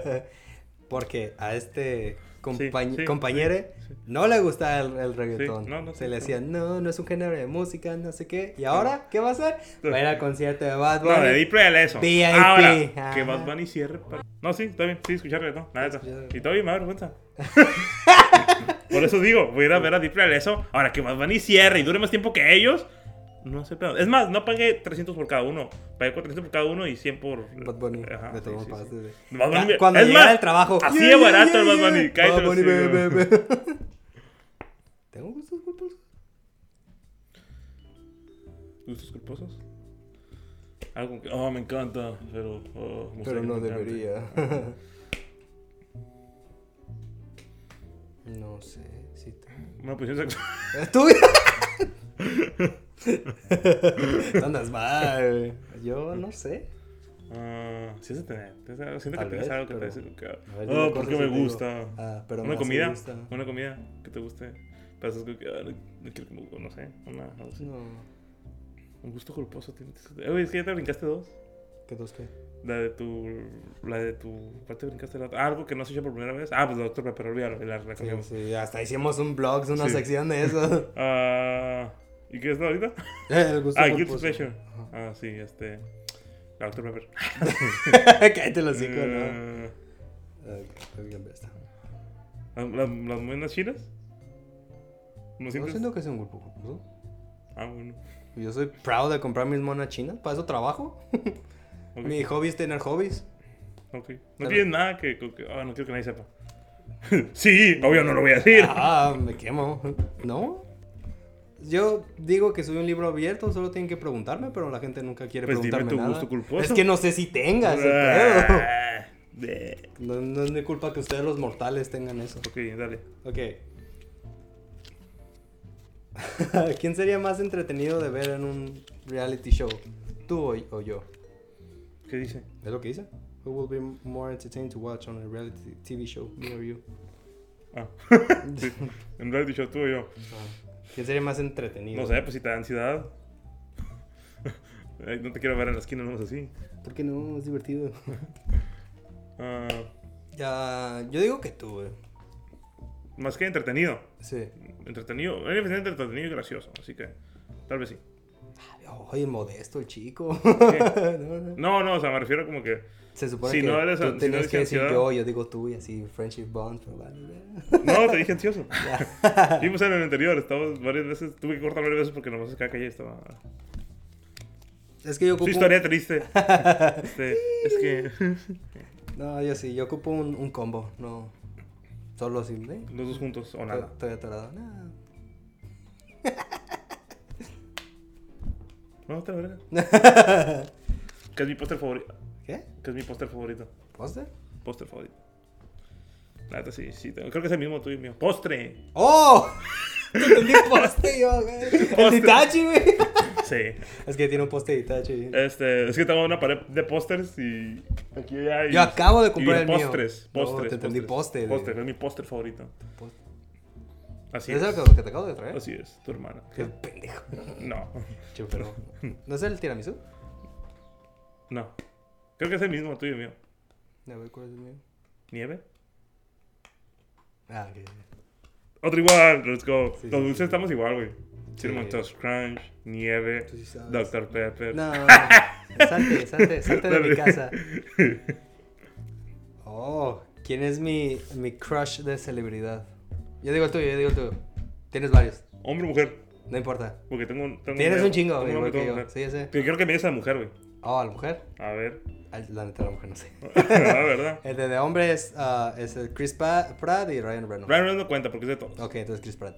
Porque a este compañ-
Sí, sí,
compañere
sí, sí.
no le gustaba el, el reggaetón.
Sí, no, no,
Se
sí,
le
no.
decía, no, no es un género de música, no sé qué. ¿Y ahora qué va a hacer? Va a ir al concierto de Bad Bunny.
No, de Deep Real eso.
VIP,
Ahora, que
ajá.
Bad Bunny cierre. pa- No, sí, está bien. Sí, escucharle, ¿no? Nada de
Escuchar
eso.
reggaetón.
Y todavía me da vergüenza. Por eso digo, voy a ir a ver a Deep Real eso. Ahora, que Bad Bunny cierre y dure más tiempo que ellos. No sé, pedo. Es más, no pagué 300 por cada uno. Pagué 400 por cada uno y 100 por.
Bad Bunny.
Ajá,
de
sí,
todo
sí, sí.
pagaste, güey.
Bad Bunny
Ya,
me-
Cuando
es
llegaba
más,
del trabajo.
así
"Yeah,
de
yeah,
barato el
yeah,
Bad Bunny,
yeah".
cállate
Bad
el
Bunny,
hocico.
ve, ve, ve. Tengo gustos culposos.
¿Gustos culposos? Algo que. Oh, me encanta, pero. oh, me gustaría
Pero
que
no
me encante.
debería. no sé si te...
Una posición sexual.
¡Tú! Andas mal. Yo no sé.
Ah, sí, se te- te- te- siento que
Tal
tienes
vez,
algo que te
pero-
dice. que-
A ver,
Ah,
dime
porque me
cosas y te digo,
gusta.
Ah, pero
una
más me
comida.
gusta.
Una comida que te guste. Pero es como que. ah, no, no quiero que me- No sé. Una, algo así.
No.
Un gusto culposo. tienes- Eh, güey, es que ya te brincaste dos.
¿Qué dos qué?
La de tu. La de tu. ¿Cuál te brincaste la otra? Ah, Algo que no se hecho por primera vez. Ah, pues la doctor Pepper, olvídalo. y La
Sí,
recogemos.
sí, hasta hicimos un blog, una
Sí.
sección de eso.
Ah, ¿Y qué es la ahorita?
Eh, El gusto
Ah, Guilty
culposo.
Pleasure. Ah, sí, este. La Dr. Pepper.
Cállate los hocico, ¿no?
Eh,
Ok, ok, ya está.
¿Las, las, las monedas chinas? ¿No
No
sientes?
siento que sea un grupo culposo.
Ah, bueno.
Yo soy proud de comprar mis monas chinas. Para eso trabajo.
Ok.
Mi hobby es tener hobbies.
ok. No
Pero-
tienes nada que. que- que- Ah, no quiero que nadie sepa. sí, obvio no lo voy a decir.
Ah, me quemo. ¿No? Yo digo que soy un libro abierto, solo tienen que preguntarme, pero la gente nunca quiere
Pues dime
preguntarme
tu
nada.
gusto culposo.
Es que no sé si tengas. el pedo.
Ah, bleh.
No, no es mi culpa que ustedes los mortales tengan eso.
ok, dale.
Ok. ¿Quién sería más entretenido de ver en un reality show? ¿Tú o, o yo?
¿Qué dice?
¿Es lo que dice? Who will be more entertained to watch on a reality TV show, me or you?
Ah. Sí. En reality show tú o yo.
¿Quién sería más entretenido?
No sé, pues si te da ansiedad. Ay, no te quiero ver en la esquina, no es así.
¿Por qué no? Es divertido.
Ah,
Ya, yo digo que tú, güey.
más que entretenido.
Sí.
Entretenido. Hay diferente entre entretenido y gracioso, así que tal vez sí.
Oye, modesto el chico. No, no.
No, no, o sea, me refiero como que.
Se supone
Si
que
no eres-
tú
si no
tenías
eres
que decir
ansiedad.
yo, yo digo tú y así, friendship bond, pero vale, ya.
No, te dije ansioso. Vimos en el anterior, estaba varias veces, tuve que cortar varias veces porque nomás acá calle estaba.
Es que yo
Su
ocupo...
historia triste. Este, es que
No, yo sí, yo ocupo un, un combo, no... Solo sin... ¿eh?
los dos juntos o nada.
Estoy atorado. No.
No, está verga. Que es mi póster favorito.
¿Qué?
Que es mi póster favorito.
¿Póster?
Póster favorito. La neta, sí, sí. tengo- Creo que es el mismo tuyo y mío. ¡Postre!
¡Oh! Entendí poste yo, güey. El
Poste.
Itachi, güey.
Sí.
Es que tiene un poste de Itachi.
Este, es que tengo una pared de pósters y aquí hay.
Yo acabo de
y
comprar el mío.
postres,
No,
Postres.
te entendí
postres.
póster,
Póster,
güey.
es mi póster favorito.
Poste.
Así
¿Es
es.
lo que- lo que te acabo de traer?
Así es, tu hermana.
Qué pendejo.
No,
Che, pero... ¿No es el tiramisú?
no. Creo que es el mismo tuyo y mío.
A ver, ¿cuál es el mío?
¿Nieve?
Ah, ok.
Otro igual, let's go.
Sí, sí,
Los dulces
sí.
estamos igual, güey.
Sí.
Cinnamon Toast Crunch, Nieve,
Tú sí sabes.
Dr. Pepper.
No, no, no. salte, salte, salte de mi
Dale.
casa. Oh, ¿quién es mi, mi crush de celebridad? Yo digo el tuyo, yo digo el tuyo. Tienes varios,
Hombre o mujer,
no importa.
porque tengo un. Tengo
Tienes
hombre-
un chingo,
tengo
güey,
hombre,
igual que
tengo
yo.
mujer.
Sí, ya sé.
Que creo que me dice la mujer, güey.
Oh, a la mujer.
A ver.
Al- La neta, la mujer no sé.
La verdad.
El de, de hombre es, ah, es el Chris Pa- Pratt y Ryan Reynolds.
Ryan Reynolds no cuenta porque es de todos.
Ok, entonces Chris Pratt.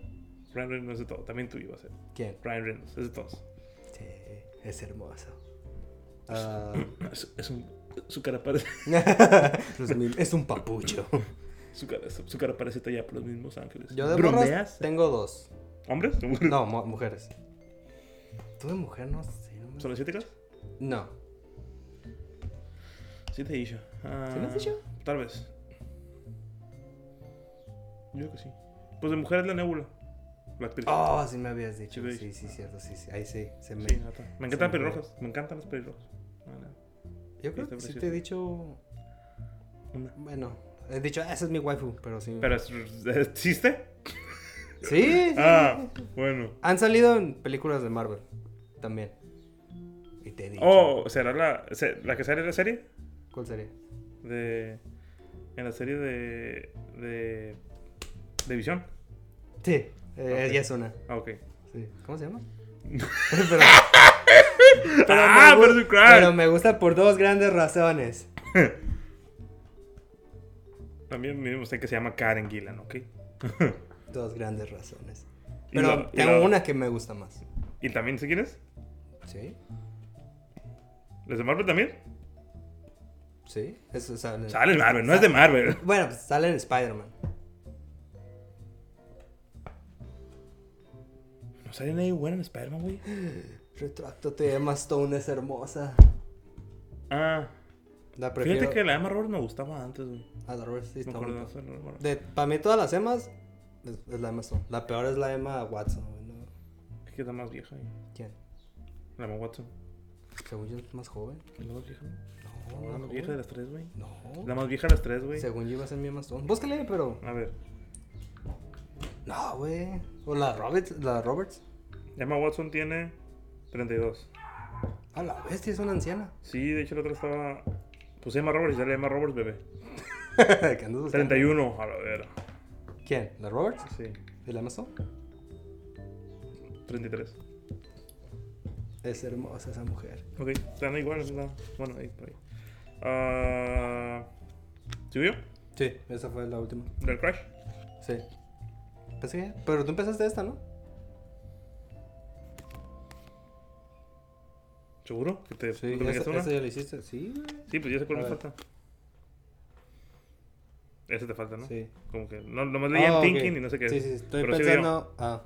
Ryan Reynolds no es de todos. También tuyo va a ser.
¿Quién?
Ryan Reynolds es de todos.
Sí, es hermoso. Ah,
Es, es un. Su cara parece.
los mil- es un papucho.
Su cara, su, su cara parece tallada por los mismos ángeles.
Yo de morras
¿Bromeas?
tengo dos.
¿Hombres? o mujeres?
No, mu- mujeres. Tú de mujer no sé. No. me-
¿Son asiáticas?
No.
Sí te he dicho. Ah,
¿Sí me has dicho?
Tal vez. Yo creo que sí. Pues de mujer es la nébula. La actriz.
Oh, sí me habías dicho.
Sí,
Sí, sí, cierto. Sí, sí. Ahí sí. Se me...
Sí, nata. Me encantan las
Sí,
pelirrojas. Me encantan las pelirrojas. Ah, no.
Yo creo
está
que sí
precioso.
te he dicho.
Una.
Bueno, he dicho, "Ah, esa es mi waifu, pero sí.
Pero es- existe.
Sí. sí.
Ah, bueno.
Han salido en películas de Marvel también. Y te he dicho.
Oh, ¿será la, se- la que sale en la serie?
¿Cuál sería?
De. En la serie de. de. de Visión.
Sí, eh,
Ok.
ya es una.
Ah, ok.
Sí. ¿Cómo se llama? pero,
ah,
me
pero
gu-
es un crack.
pero me gusta por dos grandes razones.
También mismo sé que se llama Karen Gillan, ¿ok?
Dos grandes razones.
Y
Pero
la- y
tengo
la-
una que me gusta más.
¿Y también si quieres?
¿Sí?
¿Los de Marvel también?
Sí. Eso sale.
Sale en Marvel, no es de Marvel.
Bueno, pues sale en Spider-Man.
No sale nadie bueno en Spider-Man, güey.
Retráctate, Emma Stone es hermosa.
Ah,
La prefiero
fíjate que la Emma Roberts me gustaba antes, güey.
a la Rose, sí,
Me
está
acuerdo de
bonita.
esa Emma Roberts.
De, para mí todas las Emmas es, es la Emma Stone. La peor es la Emma Watson. güey, ¿no?
Es que es la más vieja, güey.
¿Quién?
La Emma Watson.
Según yo es más joven.
¿La más vieja? no?
No,
La
más
más
joven.
vieja de las tres, güey.
No.
La más vieja de las tres, güey.
Según yo iba a ser mi Emma Stone. Búscale, pero...
A ver.
No, güey. O la Roberts. La Roberts.
Emma Watson tiene 32.
A la bestia es una anciana.
Sí, de hecho la otra estaba... Pues Emma Roberts y sale Emma Roberts, bebé.
¿Qué andas buscando?
31, a la vera.
¿Quién? ¿La Roberts?
Sí.
¿De la Emma Stone?
33.
Es hermosa esa mujer.
Ok, están igual, es la- Bueno, ahí, por ahí. Ah, ¿Sigo yo?
Sí, esa fue la última.
¿Del Crash?
Sí. Pensé que- Pero tú empezaste esta, ¿no?
¿Seguro? ¿Que te
Sí,
que me
esa,
dejaste una?
esa ya la hiciste. Sí, güey.
Sí, pues ya sé cuál
A
me
ver.
falta. Ese te falta, ¿no?
Sí.
Como que no, nomás leía
Ah,
en
ok.
Thinking y no sé qué.
Sí,
es.
sí, estoy
Pero sí
pensando. ah.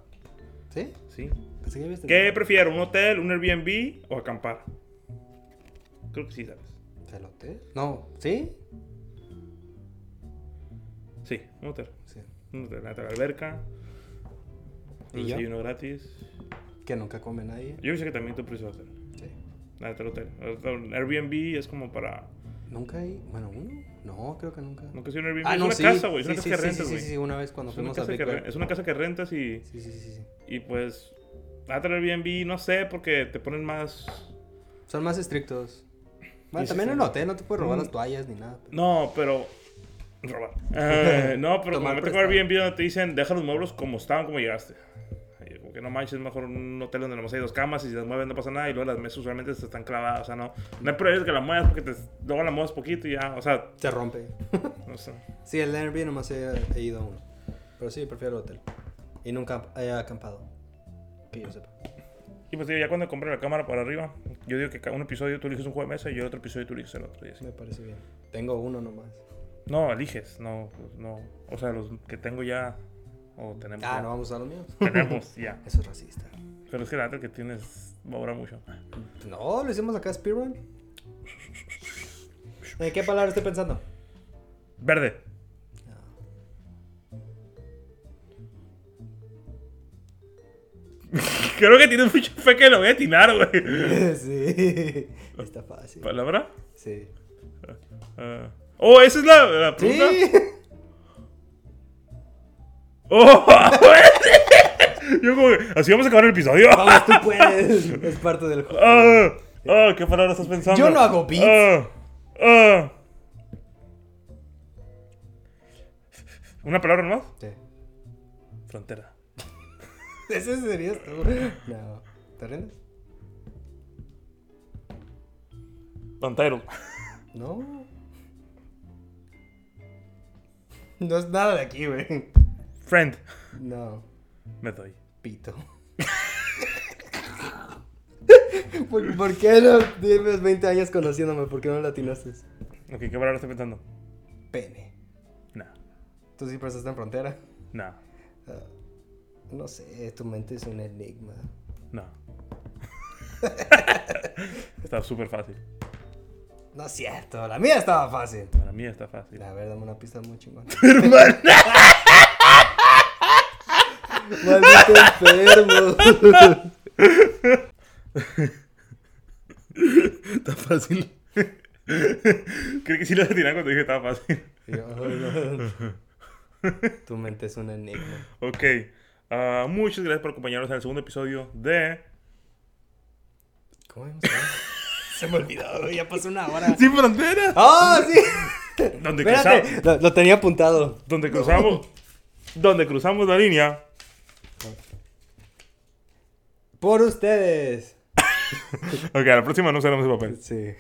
¿Sí?
veo. Sí.
Pensé que ya habías
¿Qué
terminado.
prefiero? ¿Un hotel, un Airbnb o acampar? Creo que sí sabes.
¿Pelote? No, ¿sí?
Sí, un hotel.
Sí.
Un hotel, la alberca.
¿Y
Un
yo?
desayuno gratis.
Que nunca come nadie.
Yo pensé que también tú precio hotel.
Sí.
La del hotel. El Airbnb es como para.
¿Nunca hay? Bueno, uno. No, creo que nunca.
Nunca soy un Airbnb.
Ah,
es
no,
una
sí.
casa, güey. Es
sí,
una
sí,
casa que
sí,
rentas,
sí,
güey.
sí, sí, una vez cuando
Es una
fuimos a
casa que
Big Bear.
re- Es una casa que rentas y.
Sí, sí, sí, sí, sí.
Y pues. La del Airbnb, no sé, porque te ponen más.
Son más estrictos. Bueno,
sí,
también
sí.
en el hotel no te puedes robar
Mm.
las toallas ni nada. pero-
No, pero. Robar. Eh, no, pero como
Tomar
me tocó
prestado.
Airbnb donde te dicen, deja los muebles como estaban, como llegaste. Y yo, Como que no manches, mejor un hotel donde nomás hay dos camas y si las mueven no pasa nada y luego las mesas usualmente se están clavadas. O sea, no, no hay prioridad que las muevas porque te, luego las mueves poquito y ya. O sea,
Se rompe.
no sé.
sí, el Airbnb nomás he, he ido a uno. Pero sí, prefiero el hotel. Y nunca he acampado. Que yo sepa.
Y pues digo, ya cuando compré la cámara para arriba, yo digo que cada- un episodio tú eliges un juego de mesa y el otro episodio tú eliges el otro. y así.
Me parece bien. Tengo uno nomás.
No, eliges, no, pues, no. O sea, los que tengo ya, o tenemos
Ah,
ya.
¿no vamos a usar los míos?
Tenemos ya.
Eso es racista.
Pero es que la neta que tienes va a durar mucho.
No, lo hicimos acá speedrun. ¿En qué palabra estoy pensando?
Verde. Creo que tienes mucha fe que lo voy a atinar, güey.
sí. Está fácil.
¿Palabra?
Sí.
Ah. oh, esa es la, la pregunta.
Sí.
Oh, Yo como que, así vamos a acabar el episodio.
Vamos, tú puedes. Es parte del juego.
Ah, ah, ¿Qué palabra estás pensando?
Yo no hago beats.
Ah, ah. ¿Una palabra nomás?
Sí.
Frontera.
Ese serías tú. No. ¿Te rindes?
Frontero.
No. No es nada de aquí, güey.
Friend.
No.
Me doy.
Pito. ¿Por, por qué no tienes 20 años conociéndome? ¿Por qué no latinaste?
Ok, ¿qué palabra estoy pensando?
Pene.
Nah.
Tú siempre estás en frontera.
Nah.
Ah, no sé, tu mente es un enigma.
Nah. Está súper fácil.
No es cierto, la mía estaba fácil.
Para mí está fácil.
A ver, dame una pista muy chingona.
Hermano.
Maldito enfermo.
Está fácil. Creo que sí la tiran cuando dije estaba fácil.
Y yo, "Ay, no". tu mente es un enigma.
Ok. ah, muchas gracias por acompañarnos en el segundo episodio de.
¿Cómo hemos hablado? Se me olvidó, ya pasó una hora.
¡Sin fronteras!
¡Oh, sí!
Donde cruzamos.
Espérate, lo, lo tenía apuntado.
Donde cruzamos. Donde cruzamos la línea.
Por ustedes.
Ok, a la próxima no usaremos el papel.
Sí.